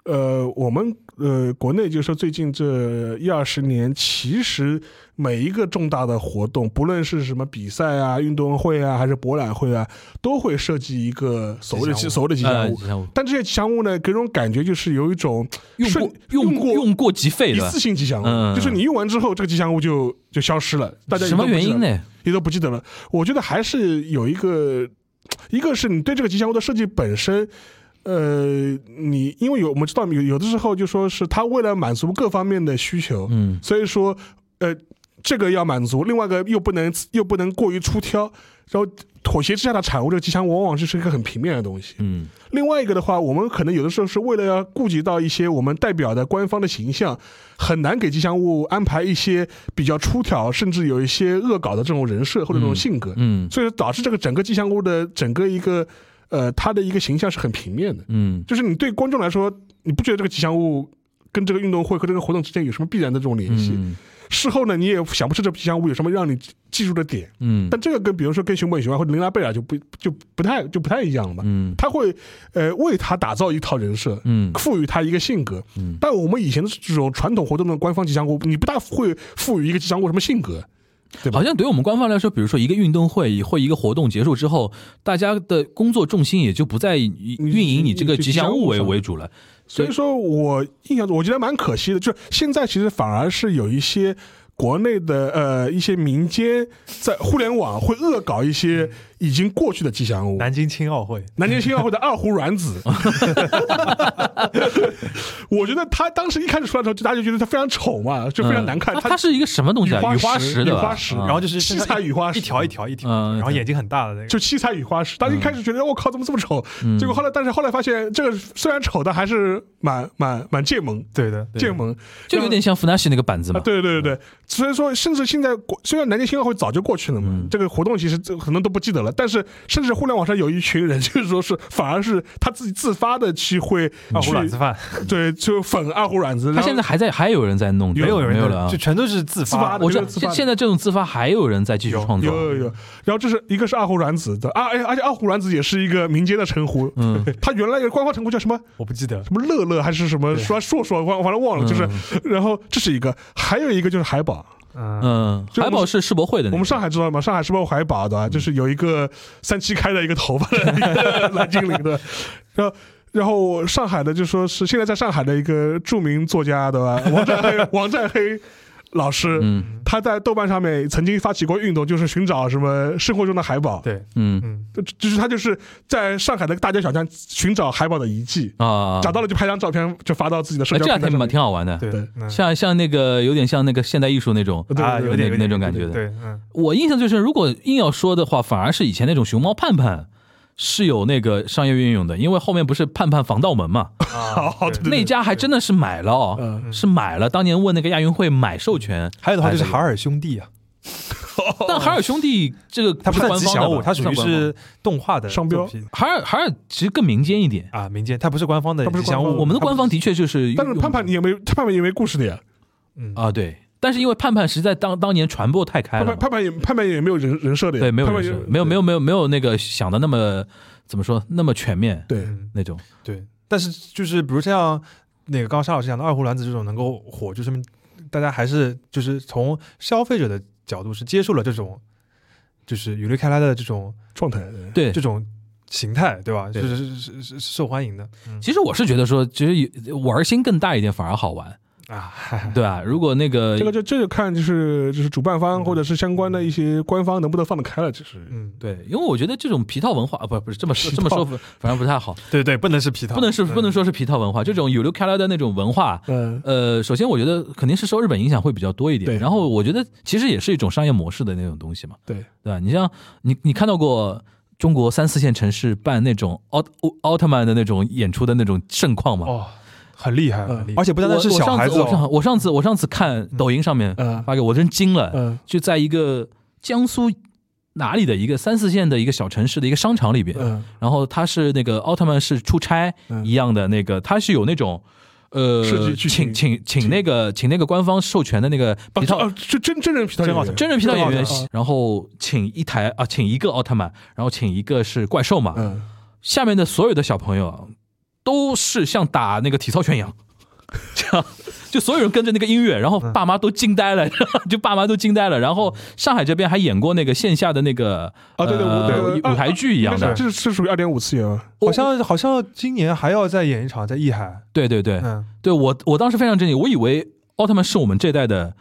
[SPEAKER 2] 呃，我们呃，国内就是说，最近这一二十年，其实每一个重大的活动，不论是什么比赛啊、运动会啊，还是博览会啊，都会设计一个所谓的
[SPEAKER 3] 吉祥物
[SPEAKER 2] 所谓的吉祥
[SPEAKER 1] 呃
[SPEAKER 2] 物。，但这些吉祥物呢，给人种感觉就是有一种
[SPEAKER 1] 用
[SPEAKER 2] 瞬
[SPEAKER 1] 过用
[SPEAKER 2] 用过
[SPEAKER 1] 用过即废
[SPEAKER 2] 一
[SPEAKER 1] 的
[SPEAKER 2] 次，性吉祥物，
[SPEAKER 1] 嗯
[SPEAKER 2] 就是你用完之后，这个吉祥物就就消失了，大家也
[SPEAKER 1] 什么
[SPEAKER 2] 都不
[SPEAKER 1] 原
[SPEAKER 2] 记得
[SPEAKER 1] 因呢？
[SPEAKER 2] 也都不记得了。我觉得还是有一个，一个是你对这个吉祥物的设计本身，呃，你因为有我们知道有有的时候就说是他为了满足各方面的需求，
[SPEAKER 1] 嗯
[SPEAKER 2] 所以说呃。这个要满足，另外一个又不能又不能过于出挑，然后妥协之下的产物，这个吉祥往往是一个很平面的东西。
[SPEAKER 1] 嗯
[SPEAKER 2] 另外一个的话，我们可能有的时候是为了要顾及到一些我们代表的官方的形象，很难给吉祥物安排一些比较出挑，甚至有一些恶搞的这种人设或者这种性格，
[SPEAKER 1] 嗯
[SPEAKER 2] 所以导致这个整个吉祥物的整个一个呃它的一个形象是很平面的。
[SPEAKER 1] 嗯
[SPEAKER 2] 就是你对观众来说，你不觉得这个吉祥物跟这个运动会和这个活动之间有什么必然的这种联系？
[SPEAKER 1] 嗯
[SPEAKER 2] 事后呢，你也想不出这吉祥物有什么让你记住的点。
[SPEAKER 1] 嗯
[SPEAKER 2] 但这个跟比如说跟熊本熊啊或者琳娜贝尔就不就不太就不太一样了嘛。
[SPEAKER 1] 嗯
[SPEAKER 2] 他会呃为他打造一套人设，
[SPEAKER 1] 嗯
[SPEAKER 2] 赋予他一个性格。
[SPEAKER 1] 嗯
[SPEAKER 2] 但我们以前的这种传统活动的官方吉祥物，你不大会赋予一个吉祥物什么性格。对吧
[SPEAKER 1] 好像对于我们官方来说，比如说一个运动会或一个活动结束之后，大家的工作重心也就不再以
[SPEAKER 2] 嗯
[SPEAKER 1] 运营你这个吉祥物为为主了。
[SPEAKER 2] 所以说我印象中，我觉得蛮可惜的，就是现在其实反而是有一些。国内的呃一些民间在互联网会恶搞一些已经过去的吉祥物，
[SPEAKER 3] 南京青奥会，
[SPEAKER 2] 南京青奥会的二胡卵子，我觉得他当时一开始出来的时候，就大家就觉得他非常丑嘛，就非常难看。
[SPEAKER 1] 嗯它它
[SPEAKER 2] 他
[SPEAKER 1] 是一个什么东西啊？
[SPEAKER 2] 雨
[SPEAKER 1] 雨
[SPEAKER 2] 花
[SPEAKER 1] 花
[SPEAKER 2] 石
[SPEAKER 1] 石的吧，
[SPEAKER 2] 雨花石
[SPEAKER 1] 嗯
[SPEAKER 3] 然后就是
[SPEAKER 2] 七
[SPEAKER 3] 身上
[SPEAKER 2] 彩
[SPEAKER 3] 一
[SPEAKER 2] 雨花石
[SPEAKER 3] 一条一条一条，
[SPEAKER 1] 嗯
[SPEAKER 3] 然后眼睛很大的那个，
[SPEAKER 2] 就七彩雨花石，大家一开始觉得我靠怎么这么丑，
[SPEAKER 1] 嗯
[SPEAKER 2] 结果后来但是后来发现这个虽然丑，但还是蛮蛮蛮贱萌
[SPEAKER 3] 对的，
[SPEAKER 2] 贱萌，
[SPEAKER 1] 就有点像福纳西那个板子
[SPEAKER 2] 啊，
[SPEAKER 1] 嘛。
[SPEAKER 2] 对对对对，所以说，甚至现在国虽然南京青奥会早就过去了嘛，
[SPEAKER 1] 嗯
[SPEAKER 2] 这个活动其实这很多都不记得了，但是甚至互联网上有一群人，就是说是反而是他自己自发的去会
[SPEAKER 3] 二胡
[SPEAKER 2] 去
[SPEAKER 3] 卵子饭，
[SPEAKER 2] 对，就粉二胡卵子，
[SPEAKER 1] 他
[SPEAKER 2] 然后
[SPEAKER 1] 现在还在，还有人在弄这个，
[SPEAKER 3] 没有人
[SPEAKER 1] 没有
[SPEAKER 3] 的
[SPEAKER 1] 了啊
[SPEAKER 3] 就！全都是自
[SPEAKER 2] 自发
[SPEAKER 3] 发
[SPEAKER 2] 的
[SPEAKER 1] 我知
[SPEAKER 2] 这
[SPEAKER 1] 道
[SPEAKER 2] 个自发
[SPEAKER 1] 现
[SPEAKER 2] 的
[SPEAKER 1] 现在这种自发还有人在继续创作
[SPEAKER 2] 有，有有，然后这是一个是二胡卵子的啊，哎，而且二胡卵子也是一个民间的称呼，
[SPEAKER 1] 嗯，
[SPEAKER 2] 它原来有官方称呼叫什么
[SPEAKER 3] 我不记得，
[SPEAKER 2] 什么乐乐还是什么
[SPEAKER 3] 对
[SPEAKER 2] 说硕硕，忘反正忘了，就是，
[SPEAKER 1] 嗯
[SPEAKER 2] 然后这是一个，还有一个就是海宝，
[SPEAKER 3] 嗯，
[SPEAKER 1] 嗯，
[SPEAKER 2] 就我们
[SPEAKER 1] 海宝是世博会的那个，
[SPEAKER 2] 我们上海知道吗？上海是不是有海宝
[SPEAKER 1] 嗯
[SPEAKER 2] 的啊？就是有一个三七开的一个头发的 一个蓝精灵的，然后。然后上海的就说是现在在上海的一个著名作家，对吧？王占黑，王占黑老师，
[SPEAKER 1] 嗯
[SPEAKER 2] 他在豆瓣上面曾经发起过运动，就是寻找什么生活中的海宝，
[SPEAKER 3] 对，
[SPEAKER 1] 嗯
[SPEAKER 3] 嗯，
[SPEAKER 2] 就就是他就是在上海的大街小巷寻找海宝的遗迹，
[SPEAKER 1] 啊，
[SPEAKER 2] 找到了就拍张照片，就发到自己的社
[SPEAKER 1] 哎，这
[SPEAKER 2] 交平
[SPEAKER 1] 样
[SPEAKER 2] 台
[SPEAKER 1] 挺
[SPEAKER 2] 上面
[SPEAKER 1] 蛮挺好玩的，
[SPEAKER 3] 对
[SPEAKER 2] 对，
[SPEAKER 3] 嗯
[SPEAKER 1] 像像那个有点像那个现代艺术那种。
[SPEAKER 2] 对
[SPEAKER 3] 啊，
[SPEAKER 2] 对
[SPEAKER 3] 有点有
[SPEAKER 1] 那那
[SPEAKER 3] 点
[SPEAKER 1] 种
[SPEAKER 3] 有点
[SPEAKER 1] 感觉的
[SPEAKER 3] 对， 嗯，
[SPEAKER 1] 我印象最深，如果硬要说的话，反而是以前那种熊猫盼盼。是有那个商业运用的，因为后面不是盼盼防盗门嘛，
[SPEAKER 2] 好
[SPEAKER 3] 啊，
[SPEAKER 2] 对
[SPEAKER 1] 那家还真的是买了哦，
[SPEAKER 2] 嗯
[SPEAKER 1] 是买了。当年问那个亚运会买授权，
[SPEAKER 3] 还有的话就是
[SPEAKER 1] 哎
[SPEAKER 3] 海尔兄弟啊，
[SPEAKER 2] 哦
[SPEAKER 1] 但海尔兄弟这个
[SPEAKER 3] 它不
[SPEAKER 1] 是
[SPEAKER 3] 算
[SPEAKER 1] 官
[SPEAKER 3] 吉
[SPEAKER 1] 方的
[SPEAKER 3] 祥
[SPEAKER 1] 吧，
[SPEAKER 3] 物，它属于
[SPEAKER 1] 不算官方
[SPEAKER 3] 是动画的
[SPEAKER 2] 商标
[SPEAKER 3] 作品
[SPEAKER 1] 海尔海尔其实更民间一点。
[SPEAKER 3] 啊，民间，它不是官方的
[SPEAKER 2] 它不
[SPEAKER 3] 吉
[SPEAKER 2] 是
[SPEAKER 3] 祥
[SPEAKER 2] 官
[SPEAKER 3] 物，
[SPEAKER 2] 方
[SPEAKER 1] 我们的官方的确就是，
[SPEAKER 2] 但是盼盼你有没有？盼盼有没有故事的呀？
[SPEAKER 3] 嗯
[SPEAKER 1] 啊，对，但是因为盼盼实在当当年传播太开
[SPEAKER 2] 盼
[SPEAKER 1] 了嘛
[SPEAKER 2] 盼，盼盼也盼盼也没有人人设的呀，
[SPEAKER 1] 对，没有
[SPEAKER 2] 盼
[SPEAKER 1] 人
[SPEAKER 2] 盼
[SPEAKER 1] 设没有没
[SPEAKER 2] 有
[SPEAKER 1] 有没有没有那个想的那么怎么说那么全面
[SPEAKER 2] 对。
[SPEAKER 3] 嗯
[SPEAKER 1] 那种，
[SPEAKER 3] 对，但是就是比如像那个刚刚沙老师讲的二胡卵子这种能够火，就说明大家还是就是从消费者的角度是接受了这种就是羽利开来的这种
[SPEAKER 2] 状态，对
[SPEAKER 1] 对
[SPEAKER 3] 这，种形态，对吧？
[SPEAKER 1] 对
[SPEAKER 3] 就是是是是是受欢迎的。嗯
[SPEAKER 1] 其实我是觉得说，其实有玩心更大一点反而好玩，
[SPEAKER 3] 啊，
[SPEAKER 1] 对吧？如果那个
[SPEAKER 2] 这个就这就看就是就是主办方
[SPEAKER 3] 嗯
[SPEAKER 2] 或者是相关的一些官方能不能放得开了，就是
[SPEAKER 3] 嗯，
[SPEAKER 1] 对，因为我觉得这种皮套文化啊，不不是这么说
[SPEAKER 2] 皮
[SPEAKER 1] 这
[SPEAKER 2] 套
[SPEAKER 1] 么说，反正不太好，
[SPEAKER 3] 对对，不能是皮套，
[SPEAKER 1] 不能是不能
[SPEAKER 3] 是
[SPEAKER 1] 说是皮套文化，这种有流开来的那种文化。
[SPEAKER 2] 嗯
[SPEAKER 1] 呃，首先我觉得肯定是受日本影响会比较多一
[SPEAKER 2] 对
[SPEAKER 1] 点，然后我觉得其实也是一种商业模式的那种东西嘛，
[SPEAKER 2] 对
[SPEAKER 1] 对吧？你像你你看到过中国三四线城市办那种奥奥奥特曼的那种演出的那种盛况吗？
[SPEAKER 3] 哦，很厉害，
[SPEAKER 2] 嗯
[SPEAKER 3] 很厉害
[SPEAKER 1] 我
[SPEAKER 3] 而且不单单是
[SPEAKER 1] 我
[SPEAKER 3] 小孩子
[SPEAKER 1] 我上次
[SPEAKER 3] 哦，
[SPEAKER 1] 我上我上次我上次看抖音上面
[SPEAKER 2] 嗯
[SPEAKER 1] 发给我，真惊了，
[SPEAKER 2] 嗯
[SPEAKER 1] 就在一个江苏哪里的一个三四线的一个小城市的一个商场里边，
[SPEAKER 2] 嗯
[SPEAKER 1] 然后他是那个奥特曼是出差
[SPEAKER 2] 嗯
[SPEAKER 1] 一样的那个，他是有那种。呃
[SPEAKER 2] 设计剧，
[SPEAKER 1] 请
[SPEAKER 2] 情
[SPEAKER 1] 请请那个请那个官方授权的那个皮套
[SPEAKER 2] 啊，就真真人皮套演员，
[SPEAKER 1] 真人皮套演员
[SPEAKER 2] 真好，
[SPEAKER 1] 然后请一台啊，请一个奥特曼，然后请一个是怪兽嘛，
[SPEAKER 2] 嗯，
[SPEAKER 1] 下面的所有的小朋友啊都是像打那个体操拳一样， 这样就所有人跟着那个音乐，然后爸妈都惊呆了， 就爸妈都惊呆了。然后上海这边还演过那个线下的那个
[SPEAKER 2] 啊对对
[SPEAKER 1] 呃
[SPEAKER 2] 对对啊
[SPEAKER 1] 舞台剧一样
[SPEAKER 2] 应该
[SPEAKER 1] 的，
[SPEAKER 2] 是这是是属于二点五次元啊，
[SPEAKER 3] 好像好像今年还要再演一场在艺海，
[SPEAKER 1] 对对对
[SPEAKER 3] 嗯，
[SPEAKER 1] 对，我我当时非常震惊，我以为奥特曼是我们这代的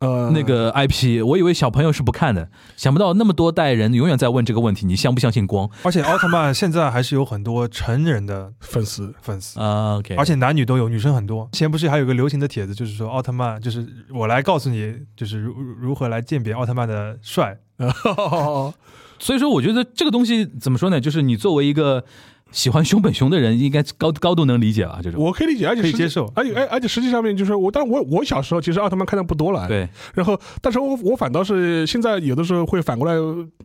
[SPEAKER 2] 呃，
[SPEAKER 1] 那个 IP，我以为小朋友是不看的，想不到那么多代人永远在问这个问题：你相不相信光？
[SPEAKER 3] 而且奥特曼现在还是有很多成人的
[SPEAKER 2] 粉丝，
[SPEAKER 3] 粉丝。
[SPEAKER 1] 啊，OK，
[SPEAKER 3] 而且男女都有，女生很多。之前不是还有个流行的帖子，就是说奥特曼，就是我来告诉你，就是如如何来鉴别奥特曼的帅。
[SPEAKER 2] 啊
[SPEAKER 1] 所以说，我觉得这个东西怎么说呢？就是你作为一个喜欢熊本熊的人，应该高高度能理解吧？这种
[SPEAKER 2] 我可以理解，而且
[SPEAKER 3] 可以
[SPEAKER 2] 实际
[SPEAKER 3] 接受
[SPEAKER 2] 而且哎而而且实际上面就是我，但是我我小时候其实奥特曼看的不多了，。
[SPEAKER 1] 对，
[SPEAKER 2] 然后，但是我我反倒是现在有的时候会反过来，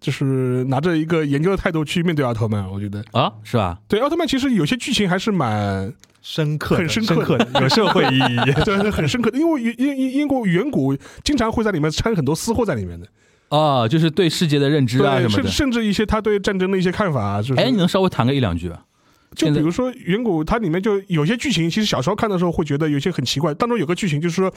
[SPEAKER 2] 就是拿着一个研究的态度去面对奥特曼。我觉得，
[SPEAKER 1] 啊，是吧？
[SPEAKER 2] 对奥特曼其实有些剧情还是蛮
[SPEAKER 3] 深刻的，
[SPEAKER 2] 很深
[SPEAKER 3] 深
[SPEAKER 2] 刻的。
[SPEAKER 3] 的，有社会意义
[SPEAKER 2] 对很深刻的，因为英英英国远古经常会在里面掺很多私货在里面的，
[SPEAKER 1] 啊，就是对世界的认知啊什
[SPEAKER 2] 对，
[SPEAKER 1] 么
[SPEAKER 2] 甚
[SPEAKER 1] 的。
[SPEAKER 2] 甚至一些他对战争的一些看法啊，就是
[SPEAKER 1] 哎，你能稍微谈个一两句吧？
[SPEAKER 2] 就
[SPEAKER 1] 现在
[SPEAKER 2] 比如说远古，它里面就有些剧情，其实小时候看的时候会觉得有些很奇怪。当中有个剧情就是说，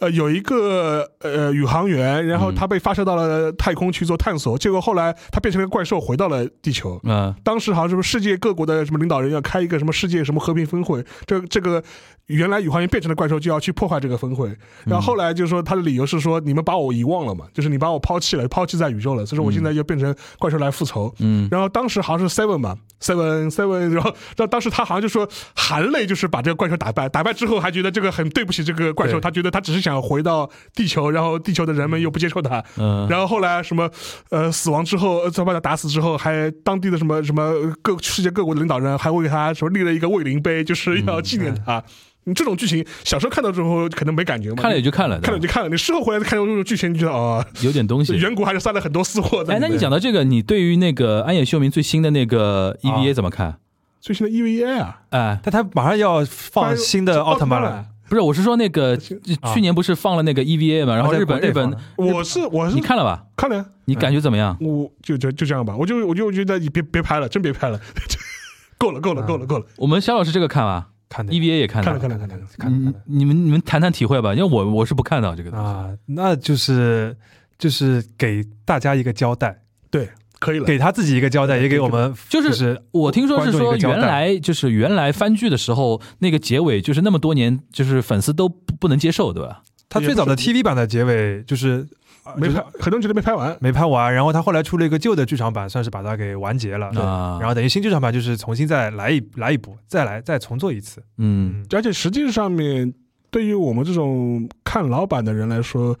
[SPEAKER 2] 呃，有一个呃宇航员，然后
[SPEAKER 1] 嗯
[SPEAKER 2] 他被发射到了太空去做探索，结果后来他变成了怪兽，回到了地球。
[SPEAKER 1] 嗯、
[SPEAKER 2] 当时好像是世界各国的什么领导人要开一个什么世界什么和平峰会，这这个原来宇航员变成了怪兽就要去破坏这个峰会，然后后来就说他的理由是说你们把我遗忘了嘛，就是你把我抛弃了，抛弃在宇宙了，所以说我现在就变成怪兽来复仇。
[SPEAKER 1] 嗯，
[SPEAKER 2] 然后当时好像是 Seven 吧，Seven Seven，然后然后当时他好像就说含泪就是把这个怪兽打败，打败之后还觉得这个很对不起这个怪兽，
[SPEAKER 3] 对
[SPEAKER 2] 他觉得他只是想回到地球，然后地球的人们又不接受他，
[SPEAKER 1] 嗯、
[SPEAKER 2] 然后后来什么，呃，死亡之后，呃他把他打死之后，还当地的什么什么各世界各国的领导人还为他什么立了一个慰灵碑，就是要纪念
[SPEAKER 1] 嗯
[SPEAKER 2] 他。你这种剧情小时候看到之后可能没感觉嘛，
[SPEAKER 1] 看了也
[SPEAKER 2] 你
[SPEAKER 1] 就看了，
[SPEAKER 2] 看了
[SPEAKER 1] 对
[SPEAKER 2] 你就看了，你事后回来看这种剧情，你就觉得 哦，
[SPEAKER 1] 吧有点东西。
[SPEAKER 2] 远古还是塞了很多私货在
[SPEAKER 1] 哎，
[SPEAKER 2] 里面。
[SPEAKER 1] 那你讲到这个，你对于那个安野秀明最新的那个 EVA 怎么看？
[SPEAKER 2] 最新的 EVA 啊，
[SPEAKER 1] 哎，
[SPEAKER 3] 但他马上要放新的奥特曼
[SPEAKER 2] 奥特
[SPEAKER 3] 了，
[SPEAKER 1] 不是，我是说那个去年不是放了那个 EVA 嘛，然后
[SPEAKER 3] 啊在
[SPEAKER 1] 日本
[SPEAKER 3] 国内
[SPEAKER 1] 日本
[SPEAKER 3] 放，的
[SPEAKER 2] 我是我是
[SPEAKER 1] 你看了吧？
[SPEAKER 2] 看了，
[SPEAKER 1] 你感觉怎么样？
[SPEAKER 2] 我就就就这样吧，我就我就觉得哎你别别拍了，真别拍了， 够了够了够了够了，
[SPEAKER 1] 我们肖老师这个看吧
[SPEAKER 3] 看的
[SPEAKER 1] ，EVA 也看
[SPEAKER 2] 看
[SPEAKER 1] 了
[SPEAKER 2] 了看了看了，
[SPEAKER 3] 看的
[SPEAKER 1] 你你们你们谈谈体会吧，因为我我是不看到这个的。
[SPEAKER 3] 啊，那就是就是给大家一个交代，
[SPEAKER 2] 对，可以了。
[SPEAKER 3] 给他自己一个交代，也给我们
[SPEAKER 1] 就是
[SPEAKER 3] 是
[SPEAKER 1] 我听说是说
[SPEAKER 3] 观众一个交代
[SPEAKER 1] 原来就是原来番剧的时候，那个结尾就是那么多年，就是粉丝都不不能接受，对吧？
[SPEAKER 3] 他最早的 TV 版的结尾就是呃
[SPEAKER 2] 没
[SPEAKER 3] 就是
[SPEAKER 2] 拍，很多人觉得没拍完，
[SPEAKER 3] 没拍完，然后他后来出了一个旧的剧场版，算是把它给完结了。
[SPEAKER 1] 啊，
[SPEAKER 3] 然后等于新剧场版就是重新再来一来一部，再来再重做一次。
[SPEAKER 1] 嗯，
[SPEAKER 3] 嗯，
[SPEAKER 2] 而且实际上面，对于我们这种看老版的人来说，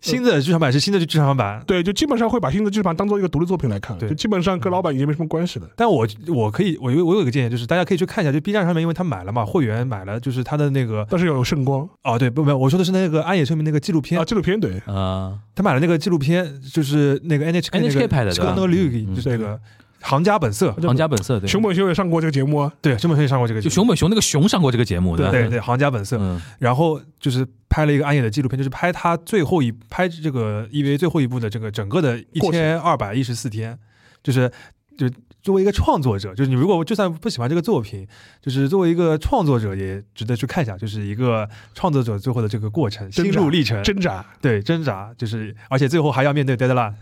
[SPEAKER 3] 新的剧场版是新的剧场版，
[SPEAKER 2] 对，就基本上会把新的剧版当做一个独立作品来看，
[SPEAKER 3] 对
[SPEAKER 2] 就基本上跟老版已经没什么关系了。
[SPEAKER 3] 但我我可以我有我有一个建议，就是大家可以去看一下，就 B 站上面，因为他买了嘛，会员买了，就是他的那个
[SPEAKER 2] 但是有圣光
[SPEAKER 3] 哦，对，不不，我说的是那个安野秀明那个纪录片
[SPEAKER 2] 啊，，纪录片
[SPEAKER 3] 嗯
[SPEAKER 2] 对，
[SPEAKER 1] 啊，
[SPEAKER 3] 他买了那个纪录片，就是那个 NHK 那
[SPEAKER 1] NHK
[SPEAKER 3] 个
[SPEAKER 1] 拍的对吧
[SPEAKER 3] Scott l u g
[SPEAKER 1] 嗯
[SPEAKER 3] 就是那个行家本色，
[SPEAKER 1] 行家本色对，
[SPEAKER 2] 熊本修也上过这个节目啊，
[SPEAKER 3] 对，这么可以上过这个节
[SPEAKER 1] 就
[SPEAKER 3] 目，
[SPEAKER 1] 熊本熊那个熊上过这个节目，吧？
[SPEAKER 3] 对对，行家本色，
[SPEAKER 1] 嗯
[SPEAKER 3] 然后就是拍了一个安野的纪录片，就是拍他最后一拍这个 EVA 最后一部的这个整个的一
[SPEAKER 2] 过
[SPEAKER 3] 千二百一十四天，就是就作为一个创作者，就是你如果就算不喜欢这个作品，就是作为一个创作者也值得去看一下，就是一个创作者最后的这个过程、
[SPEAKER 2] 挣
[SPEAKER 3] 心
[SPEAKER 2] 扎
[SPEAKER 3] 路历程，
[SPEAKER 2] 挣扎
[SPEAKER 3] 对挣扎，就是而且最后还要面对 deadline。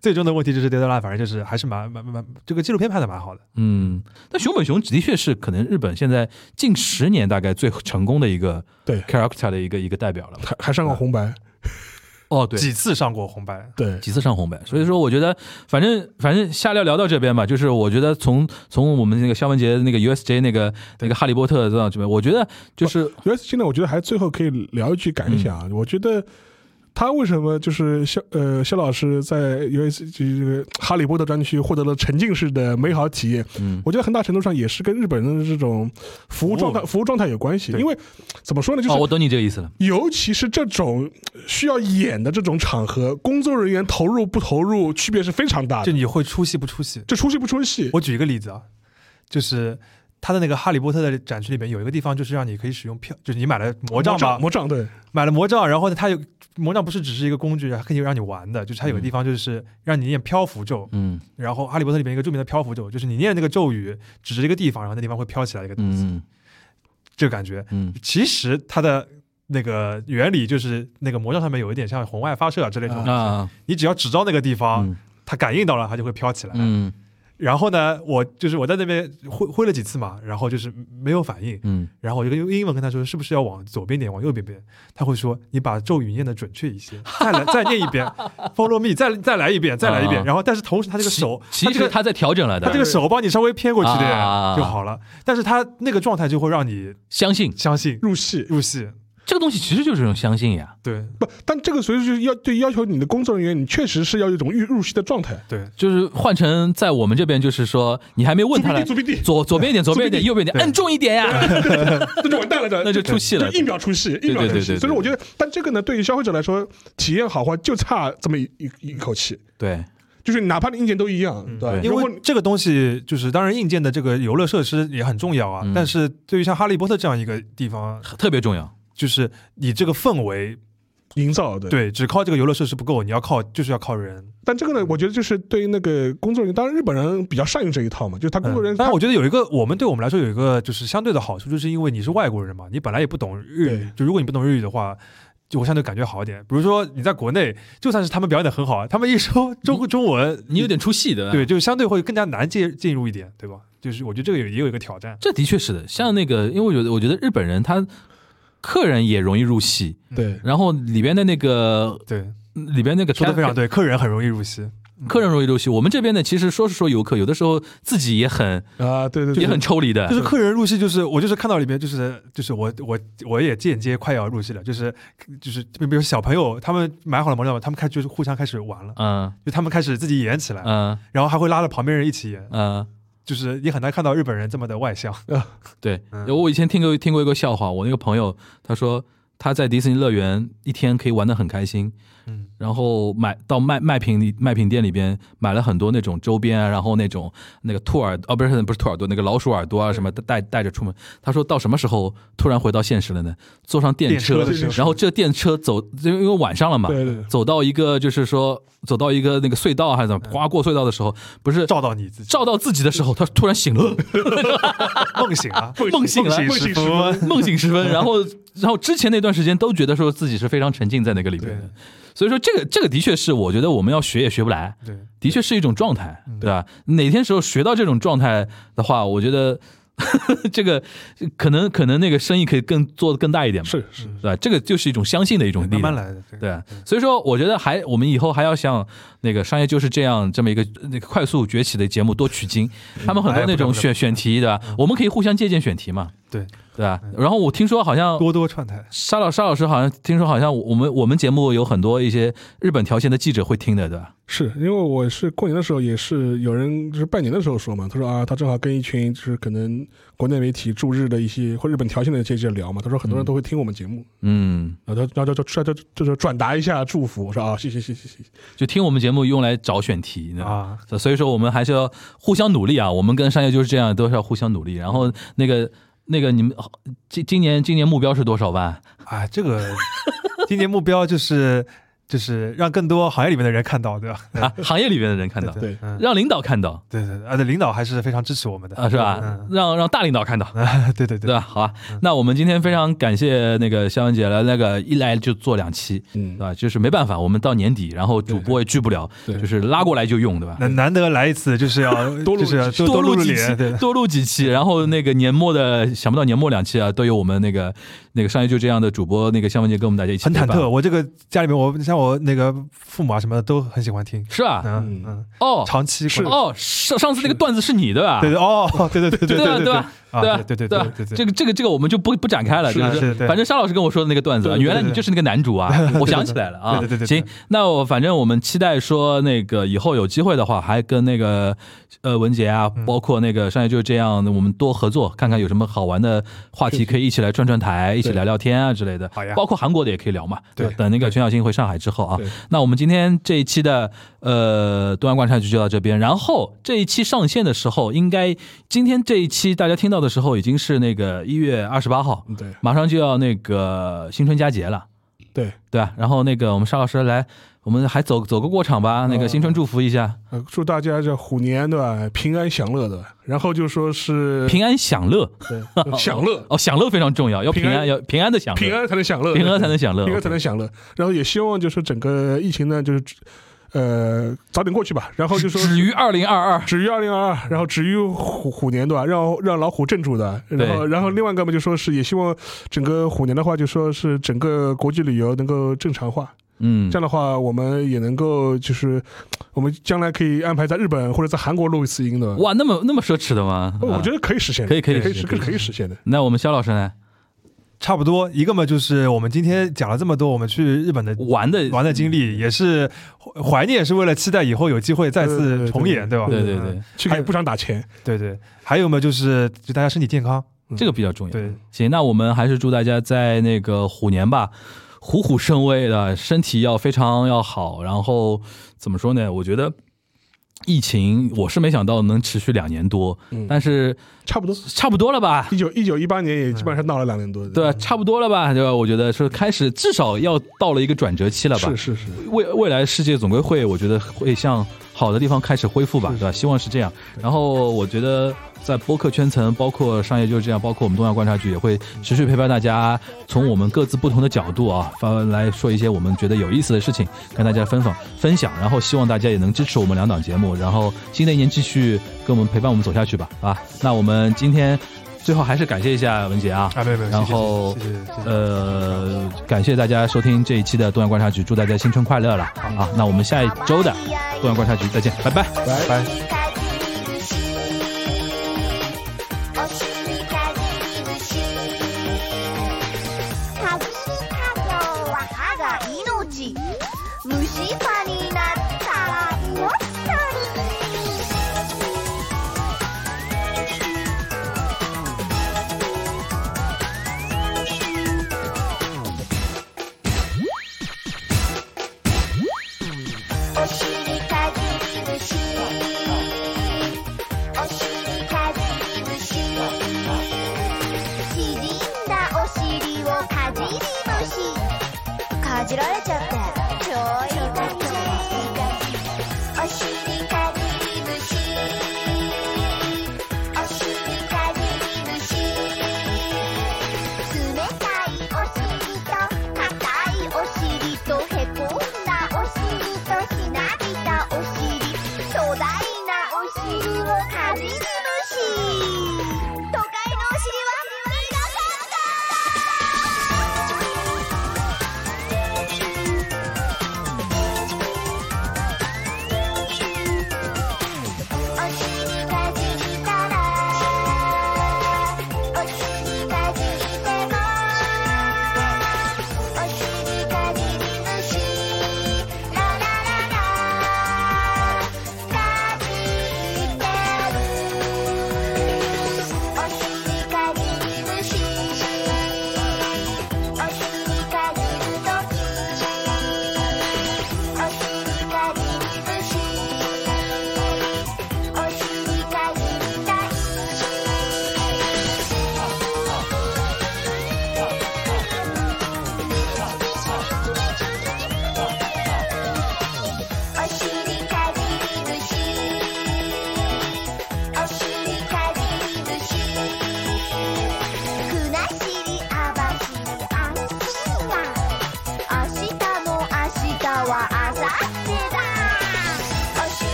[SPEAKER 3] 最终的问题就是 deadline，反正就是还是蛮蛮蛮，这个纪录片拍的蛮好的。
[SPEAKER 1] 嗯。但熊本熊的确是可能日本现在近十年大概最成功的一个
[SPEAKER 2] 对
[SPEAKER 1] character 的一个一个代表了吧。
[SPEAKER 2] 还还上过红白，
[SPEAKER 1] 哦，对。
[SPEAKER 3] 几次上过红白，
[SPEAKER 2] 对，
[SPEAKER 1] 几次上红白，所以说我觉得，反正反正下料聊到这边吧，就是我觉得从从我们那个肖文杰那个 USJ 那个那个哈利波特到这边，我觉得就是
[SPEAKER 2] 原来现在我觉得还最后可以聊一句感想啊，我觉得。他为什么就是肖呃肖老师在 US 就是这个哈利波特专区获得了沉浸式的美好体验？
[SPEAKER 1] 嗯
[SPEAKER 2] 我觉得很大程度上也是跟日本人的这种服务状态、服务状态有关系。
[SPEAKER 3] 对
[SPEAKER 2] 因为怎么说呢，就
[SPEAKER 1] 哦，
[SPEAKER 2] 是
[SPEAKER 1] 我懂你这个意思了，
[SPEAKER 2] 尤其是这种呃需要演的这种场合，工作人员投入不投入区别是非常大
[SPEAKER 3] 就
[SPEAKER 2] 的。
[SPEAKER 3] 你会出戏不出戏？
[SPEAKER 2] 这出戏不出戏，
[SPEAKER 3] 我举一个例子啊，就是他的那个《哈利波特》的展区里面有一个地方，就是让你可以使用票，就是你买了魔杖嘛，
[SPEAKER 2] 魔杖对，
[SPEAKER 3] 买了魔杖，然后呢，它有魔杖不是只是一个工具，还可以让你玩的，就是它有个地方就是让你念漂浮咒，
[SPEAKER 1] 嗯
[SPEAKER 3] 然后《哈利波特》里面一个著名的漂浮咒，就是你念那个咒语指着一个地方，然后那地方会飘起来一个东西，
[SPEAKER 1] 嗯
[SPEAKER 3] 这个感觉
[SPEAKER 1] 嗯
[SPEAKER 3] 其实它的。那个原理就是那个魔杖上面有一点像红 外发射啊之类的东
[SPEAKER 1] 嗯
[SPEAKER 3] 西，
[SPEAKER 1] 啊
[SPEAKER 3] 你只要指到那个地方，
[SPEAKER 1] 嗯
[SPEAKER 3] 它感应到了，它就会飘起来。
[SPEAKER 1] 嗯
[SPEAKER 3] 然后呢，我就是我在那边挥挥了几次嘛，然后就是没有反应，
[SPEAKER 1] 嗯，
[SPEAKER 3] 然后我就用英文跟他说，是不是要往左边点，往右边点？他会说，你把咒语念的准确 一些，再来再念一遍，follow me，再再来一遍，再来一遍。
[SPEAKER 1] 啊
[SPEAKER 3] 然后，但是同时他这个手，
[SPEAKER 1] 其
[SPEAKER 3] 他这
[SPEAKER 1] 实
[SPEAKER 3] 个
[SPEAKER 1] 他在调整了的，
[SPEAKER 3] 他这个手帮你稍微偏过去点
[SPEAKER 1] 啊
[SPEAKER 3] 就好了，但是他那个状态就会让你
[SPEAKER 1] 相信
[SPEAKER 3] 相信
[SPEAKER 2] 入戏。
[SPEAKER 3] 入戏，
[SPEAKER 1] 这个东西其实就是一种相信呀。
[SPEAKER 3] 对
[SPEAKER 2] 不，但这个随时就是要对要求你的工作人员，你确实是要有一种入入戏的状态。
[SPEAKER 3] 对
[SPEAKER 1] 就是换成在我们这边，就是说你还没问他来，
[SPEAKER 2] 左边地
[SPEAKER 1] 左左边一点，左边一点，右边一点，
[SPEAKER 3] 对
[SPEAKER 1] 摁重一点呀，
[SPEAKER 2] 那就完蛋了，这
[SPEAKER 1] 那就出戏了
[SPEAKER 2] 就。一秒出戏，一秒
[SPEAKER 1] 对对
[SPEAKER 2] 出
[SPEAKER 1] 对
[SPEAKER 2] 戏。
[SPEAKER 1] 对
[SPEAKER 2] 所以说，
[SPEAKER 1] 对
[SPEAKER 2] 我觉得，但这个呢，对于消费者来说，体验好坏就差这么一一一口气，
[SPEAKER 1] 对，
[SPEAKER 2] 就是哪怕你硬件都一样，对吧，
[SPEAKER 1] 嗯对
[SPEAKER 3] 因
[SPEAKER 2] 如果
[SPEAKER 3] 为这个东西就是当然硬件的这个游乐设施也很重要啊，
[SPEAKER 1] 嗯
[SPEAKER 3] 但是对于像哈利波特这样一个地方，
[SPEAKER 1] 特别重要。
[SPEAKER 3] 就是你这个氛围，
[SPEAKER 2] 你营造的。，
[SPEAKER 3] 对，只靠这个游乐设施不够，你要靠就是要靠人。
[SPEAKER 2] 但这个呢，我觉得就是对于那个工作人员，当然日本人比较善于这一套嘛，就是他工作人
[SPEAKER 3] 嗯
[SPEAKER 2] 员，
[SPEAKER 3] 但
[SPEAKER 2] 他
[SPEAKER 3] 我觉得有一个，我们对我们来说有一个就是相对的好处，就是因为你是外国人嘛，你本来也不懂日语
[SPEAKER 2] 对，
[SPEAKER 3] 就如果你不懂日语的话。就会相对感觉好一点，比如说你在国内，就算是他们表演的很好，他们一说中中文，
[SPEAKER 1] 你有点出戏，对吧？
[SPEAKER 3] 对，就是相对会更加难进进入一点，对吧？就是我觉得这个也也有一个挑战，
[SPEAKER 1] 这的确是的。像那个，因为我觉得，我觉得日本人他客人也容易入戏，
[SPEAKER 2] 对
[SPEAKER 1] 然后里边的那个
[SPEAKER 3] 对，
[SPEAKER 1] 里边那个
[SPEAKER 3] 说的非常对，客人很容易入戏，
[SPEAKER 1] 客人容易入戏。我们这边呢，其实说是说游客，有的时候自己也很
[SPEAKER 2] 啊，对对对，
[SPEAKER 1] 也很抽离
[SPEAKER 3] 就
[SPEAKER 1] 的。
[SPEAKER 3] 是客人入戏，就是我就是看到里面就是就是我我我也间接快要入戏了，就是就是比如小朋友他们买好了毛料，他们开就是互相开始玩了，
[SPEAKER 1] 嗯
[SPEAKER 3] 就他们开始自己演起来，
[SPEAKER 1] 嗯
[SPEAKER 3] 然后还会拉着旁边人一起演，
[SPEAKER 1] 嗯，
[SPEAKER 3] 就是也很难看到日本人这么的外向，
[SPEAKER 1] 对
[SPEAKER 3] 嗯。
[SPEAKER 1] 我以前听过听过一个笑话，我那个朋友他说他在迪士尼乐园一天可以玩得很开心，
[SPEAKER 3] 嗯，
[SPEAKER 1] 然后买到卖卖品里卖品店里边买了很多那种周边啊，然后那种那个兔耳哦不是不是兔耳朵那个老鼠耳朵啊什么带带着出门。他说到什么时候突然回到现实了呢？坐上电车，
[SPEAKER 3] 电车的时候
[SPEAKER 1] 然后这电车走，因为因为晚上了嘛。
[SPEAKER 2] 对对对
[SPEAKER 1] 走到一个就是说走到一个那个隧道还是怎么，刮过隧道的时候，不是
[SPEAKER 3] 照到你自己
[SPEAKER 1] 照到自己的时候，他突然醒了，
[SPEAKER 3] 梦醒啊，
[SPEAKER 1] 梦醒了
[SPEAKER 3] 梦
[SPEAKER 2] 梦醒
[SPEAKER 3] 时
[SPEAKER 2] 时分
[SPEAKER 3] 分，
[SPEAKER 1] 梦醒时 分，然后然后之前那段时间都觉得说自己是非常沉浸在那个里边的，所以说这个这个的确是我觉得我们要学也学不来，
[SPEAKER 3] 对，
[SPEAKER 1] 的确是一种状态，
[SPEAKER 3] 嗯
[SPEAKER 1] 对吧？哪天时候学到这种状态的话，我觉得 这个可能可能那个生意可以更做得更大一点嘛，
[SPEAKER 2] 是是，
[SPEAKER 1] 对吧？这个就是一种相信的一种力
[SPEAKER 3] 慢慢
[SPEAKER 1] 量。
[SPEAKER 3] 来的，这个
[SPEAKER 1] 对啊，所以说我觉得还我们以后还要向那个商业就是这样这么一个那个快速崛起的节目多取经，
[SPEAKER 3] 嗯
[SPEAKER 1] 他
[SPEAKER 3] 哎
[SPEAKER 1] 们很多那种选选题对吧？我们可以互相借鉴选题嘛，
[SPEAKER 3] 对，
[SPEAKER 1] 对吧？然后我听说好像
[SPEAKER 3] 嗯多多串台，
[SPEAKER 1] 沙老沙老师好像听说好像我们我们节目有很多一些日本条线的记者会听的对吧？
[SPEAKER 2] 是因为我是过年的时候也是有人就是拜年的时候说嘛，他说啊，他正好跟一群就是可能国内媒体驻日的一些或日本条线的这些聊嘛，他说很多人都会听我们节目，
[SPEAKER 1] 嗯，
[SPEAKER 2] 然后他然后就就就就就就转达一下祝福，我说啊，谢谢谢谢谢谢，
[SPEAKER 1] 就听我们节目用来找选题你知道吧
[SPEAKER 3] 啊，
[SPEAKER 1] 所以说我们还是要互相努力啊，我们跟商业就是这样都是要互相努力。然后那个那个你们今今年今年目标是多少万？
[SPEAKER 3] 啊，这个今年目标就是就是让更多行业里面的人看到，对吧？
[SPEAKER 1] 啊，行业里边的人看到，
[SPEAKER 2] 对
[SPEAKER 3] 嗯，
[SPEAKER 1] 让领导看到
[SPEAKER 3] 对对，对而且领导还是非常支持我们的
[SPEAKER 1] 啊，是吧
[SPEAKER 3] 嗯？
[SPEAKER 1] 让让大领导看到，
[SPEAKER 3] 啊，对对
[SPEAKER 1] 对
[SPEAKER 3] 对，
[SPEAKER 1] 吧？好吧，那我们今天非常感谢那个肖恩姐来，那个一来就做两期，
[SPEAKER 2] 嗯
[SPEAKER 1] 对，吧？啊就是没办法，我们到年底，然后主播也聚不了，
[SPEAKER 2] 对
[SPEAKER 1] 就是拉过来就用，对吧？
[SPEAKER 3] 难难得来一次，就是要
[SPEAKER 2] 多录
[SPEAKER 3] 就是要
[SPEAKER 2] 几
[SPEAKER 3] 多
[SPEAKER 1] 录
[SPEAKER 3] 录
[SPEAKER 1] 几
[SPEAKER 3] 脸，对
[SPEAKER 1] 期，多录几期，然后那个年末的，想不到年末两期啊，都有我们那个那个商业就这样的主播那个肖文杰跟我们大家一起
[SPEAKER 3] 很
[SPEAKER 1] 陪
[SPEAKER 3] 忐
[SPEAKER 1] 伴，
[SPEAKER 3] 忑。我这个家里面，我像我那个父母啊什么的都很喜欢听，
[SPEAKER 1] 是吧？
[SPEAKER 3] 嗯
[SPEAKER 2] 嗯
[SPEAKER 3] 嗯，
[SPEAKER 1] 哦
[SPEAKER 3] 长期关注
[SPEAKER 1] 哦，上上次那个段子是你对吧？
[SPEAKER 3] 对对哦， 对对对对
[SPEAKER 1] 吧
[SPEAKER 3] 对
[SPEAKER 1] 对
[SPEAKER 3] 对
[SPEAKER 1] 吧？
[SPEAKER 3] 啊
[SPEAKER 1] 吧
[SPEAKER 3] 对对
[SPEAKER 1] 对吧
[SPEAKER 3] 对对
[SPEAKER 1] 这个这个这个我们就不不展开了，
[SPEAKER 3] 是
[SPEAKER 1] 就
[SPEAKER 3] 的是
[SPEAKER 1] 是
[SPEAKER 3] 的对
[SPEAKER 1] 反正沙老师跟我说的那个段子啊，
[SPEAKER 2] 对对对
[SPEAKER 1] 原来你
[SPEAKER 3] 对
[SPEAKER 1] 就是那个男主啊，我想起来了啊，
[SPEAKER 3] 对对对对对
[SPEAKER 1] 行，那我反正我们期待说那个以后有机会的话，还跟那个呃文杰啊，包括那个商业就是这样，我们多合作，看看有什么好玩的话题可以一起来串串台，一起聊聊天啊之类的，
[SPEAKER 3] 好呀
[SPEAKER 1] 包括韩国的也可以聊嘛，
[SPEAKER 3] 对
[SPEAKER 1] 等那个全小新回上海之后啊
[SPEAKER 2] 对，
[SPEAKER 1] 那我们今天这一期的呃东阳观察局就到这边，然后这一期上线的时候，应该今天这一期大家听到的时候已经是那个一月二十八号，
[SPEAKER 2] 嗯对
[SPEAKER 1] 马上就要那个新春佳节了，
[SPEAKER 2] 对，
[SPEAKER 1] 对吧？然后那个我们沙老师来，我们还走走个过场
[SPEAKER 2] 嗯
[SPEAKER 1] 吧，那个新春祝福一下，
[SPEAKER 2] 呃祝大家这虎年对吧，平安享乐对吧，然后就说是
[SPEAKER 1] 平安享乐
[SPEAKER 2] 对享乐，
[SPEAKER 1] 哦，享乐非常重要，要平
[SPEAKER 2] 平
[SPEAKER 1] 安，
[SPEAKER 2] 安
[SPEAKER 1] 要平安的享乐，
[SPEAKER 2] 平安才能享
[SPEAKER 1] 嗯
[SPEAKER 2] 乐，
[SPEAKER 1] 平安才能享乐，
[SPEAKER 2] 应该才能享乐。然后也希望就是整个疫情呢，就是呃早点过去吧，然后就说
[SPEAKER 1] 止于二零二二，
[SPEAKER 2] 止于二零二二，然后止于虎虎年对吧？让让老虎镇住的，然后
[SPEAKER 1] 对
[SPEAKER 2] 然后另外一个嘛就说是也希望整个虎年的话，就说是整个国际旅游能够正常化，
[SPEAKER 1] 嗯
[SPEAKER 2] 这样的话我们也能够就是我们将来可以安排在日本或者在韩国录一次音的。
[SPEAKER 1] 哇，那么那么奢侈的吗？
[SPEAKER 2] 我觉
[SPEAKER 1] 啊
[SPEAKER 2] 得可以实现的，
[SPEAKER 1] 可以可以
[SPEAKER 2] 可以
[SPEAKER 1] 实
[SPEAKER 2] 是
[SPEAKER 1] 现
[SPEAKER 2] 可以
[SPEAKER 1] 可以
[SPEAKER 2] 可以实现的。
[SPEAKER 1] 那我们肖老师呢？
[SPEAKER 3] 差不多一个嘛，就是我们今天讲了这么多，我们去日本的
[SPEAKER 1] 玩的
[SPEAKER 3] 玩的经历，也是怀念，是为了期待以后有机会再次重演，对吧？
[SPEAKER 1] 对对对，
[SPEAKER 2] 去给部长打钱，
[SPEAKER 3] 对对，还有嘛，就是就大家身体健康，
[SPEAKER 1] 这个比较重要。
[SPEAKER 3] 嗯对，
[SPEAKER 1] 行，那我们还是祝大家在那个虎年吧，虎虎生威的，身体要非常要好。然后怎么说呢？我觉得疫情我是没想到能持续两年多，
[SPEAKER 2] 嗯
[SPEAKER 1] 但是
[SPEAKER 2] 差不多。
[SPEAKER 1] 差不多了吧？
[SPEAKER 2] 一九一九一八年也基本上闹了两年多，
[SPEAKER 1] 对啊吧，差不多了吧？对吧？我觉得是开始至少要到了一个转折期了吧
[SPEAKER 2] 是？是是，
[SPEAKER 1] 未未来世界总归会，我觉得会向好的地方开始恢复吧，对吧？希望是这样。然后我觉得在播客圈层，包括商业就是这样，包括我们东亚观察局也会持续陪伴大家，从我们各自不同的角度啊，发来说一些我们觉得有意思的事情，跟大家分享分享。然后希望大家也能支持我们两档节目，然后新的一年继续跟我们陪伴我们走下去吧，啊！那我们今天最后还是感谢一下文杰啊，
[SPEAKER 3] 啊，没有没有，
[SPEAKER 1] 然后
[SPEAKER 3] 谢谢谢谢谢谢
[SPEAKER 1] 呃，感谢大家收听这一期的东阳观察局，祝大家新春快乐了啊！那我们下一周的东阳观察局再见，拜拜。
[SPEAKER 3] 拜拜。
[SPEAKER 4] おしりたじるし」「たじり作業は歯が命」「虫歯に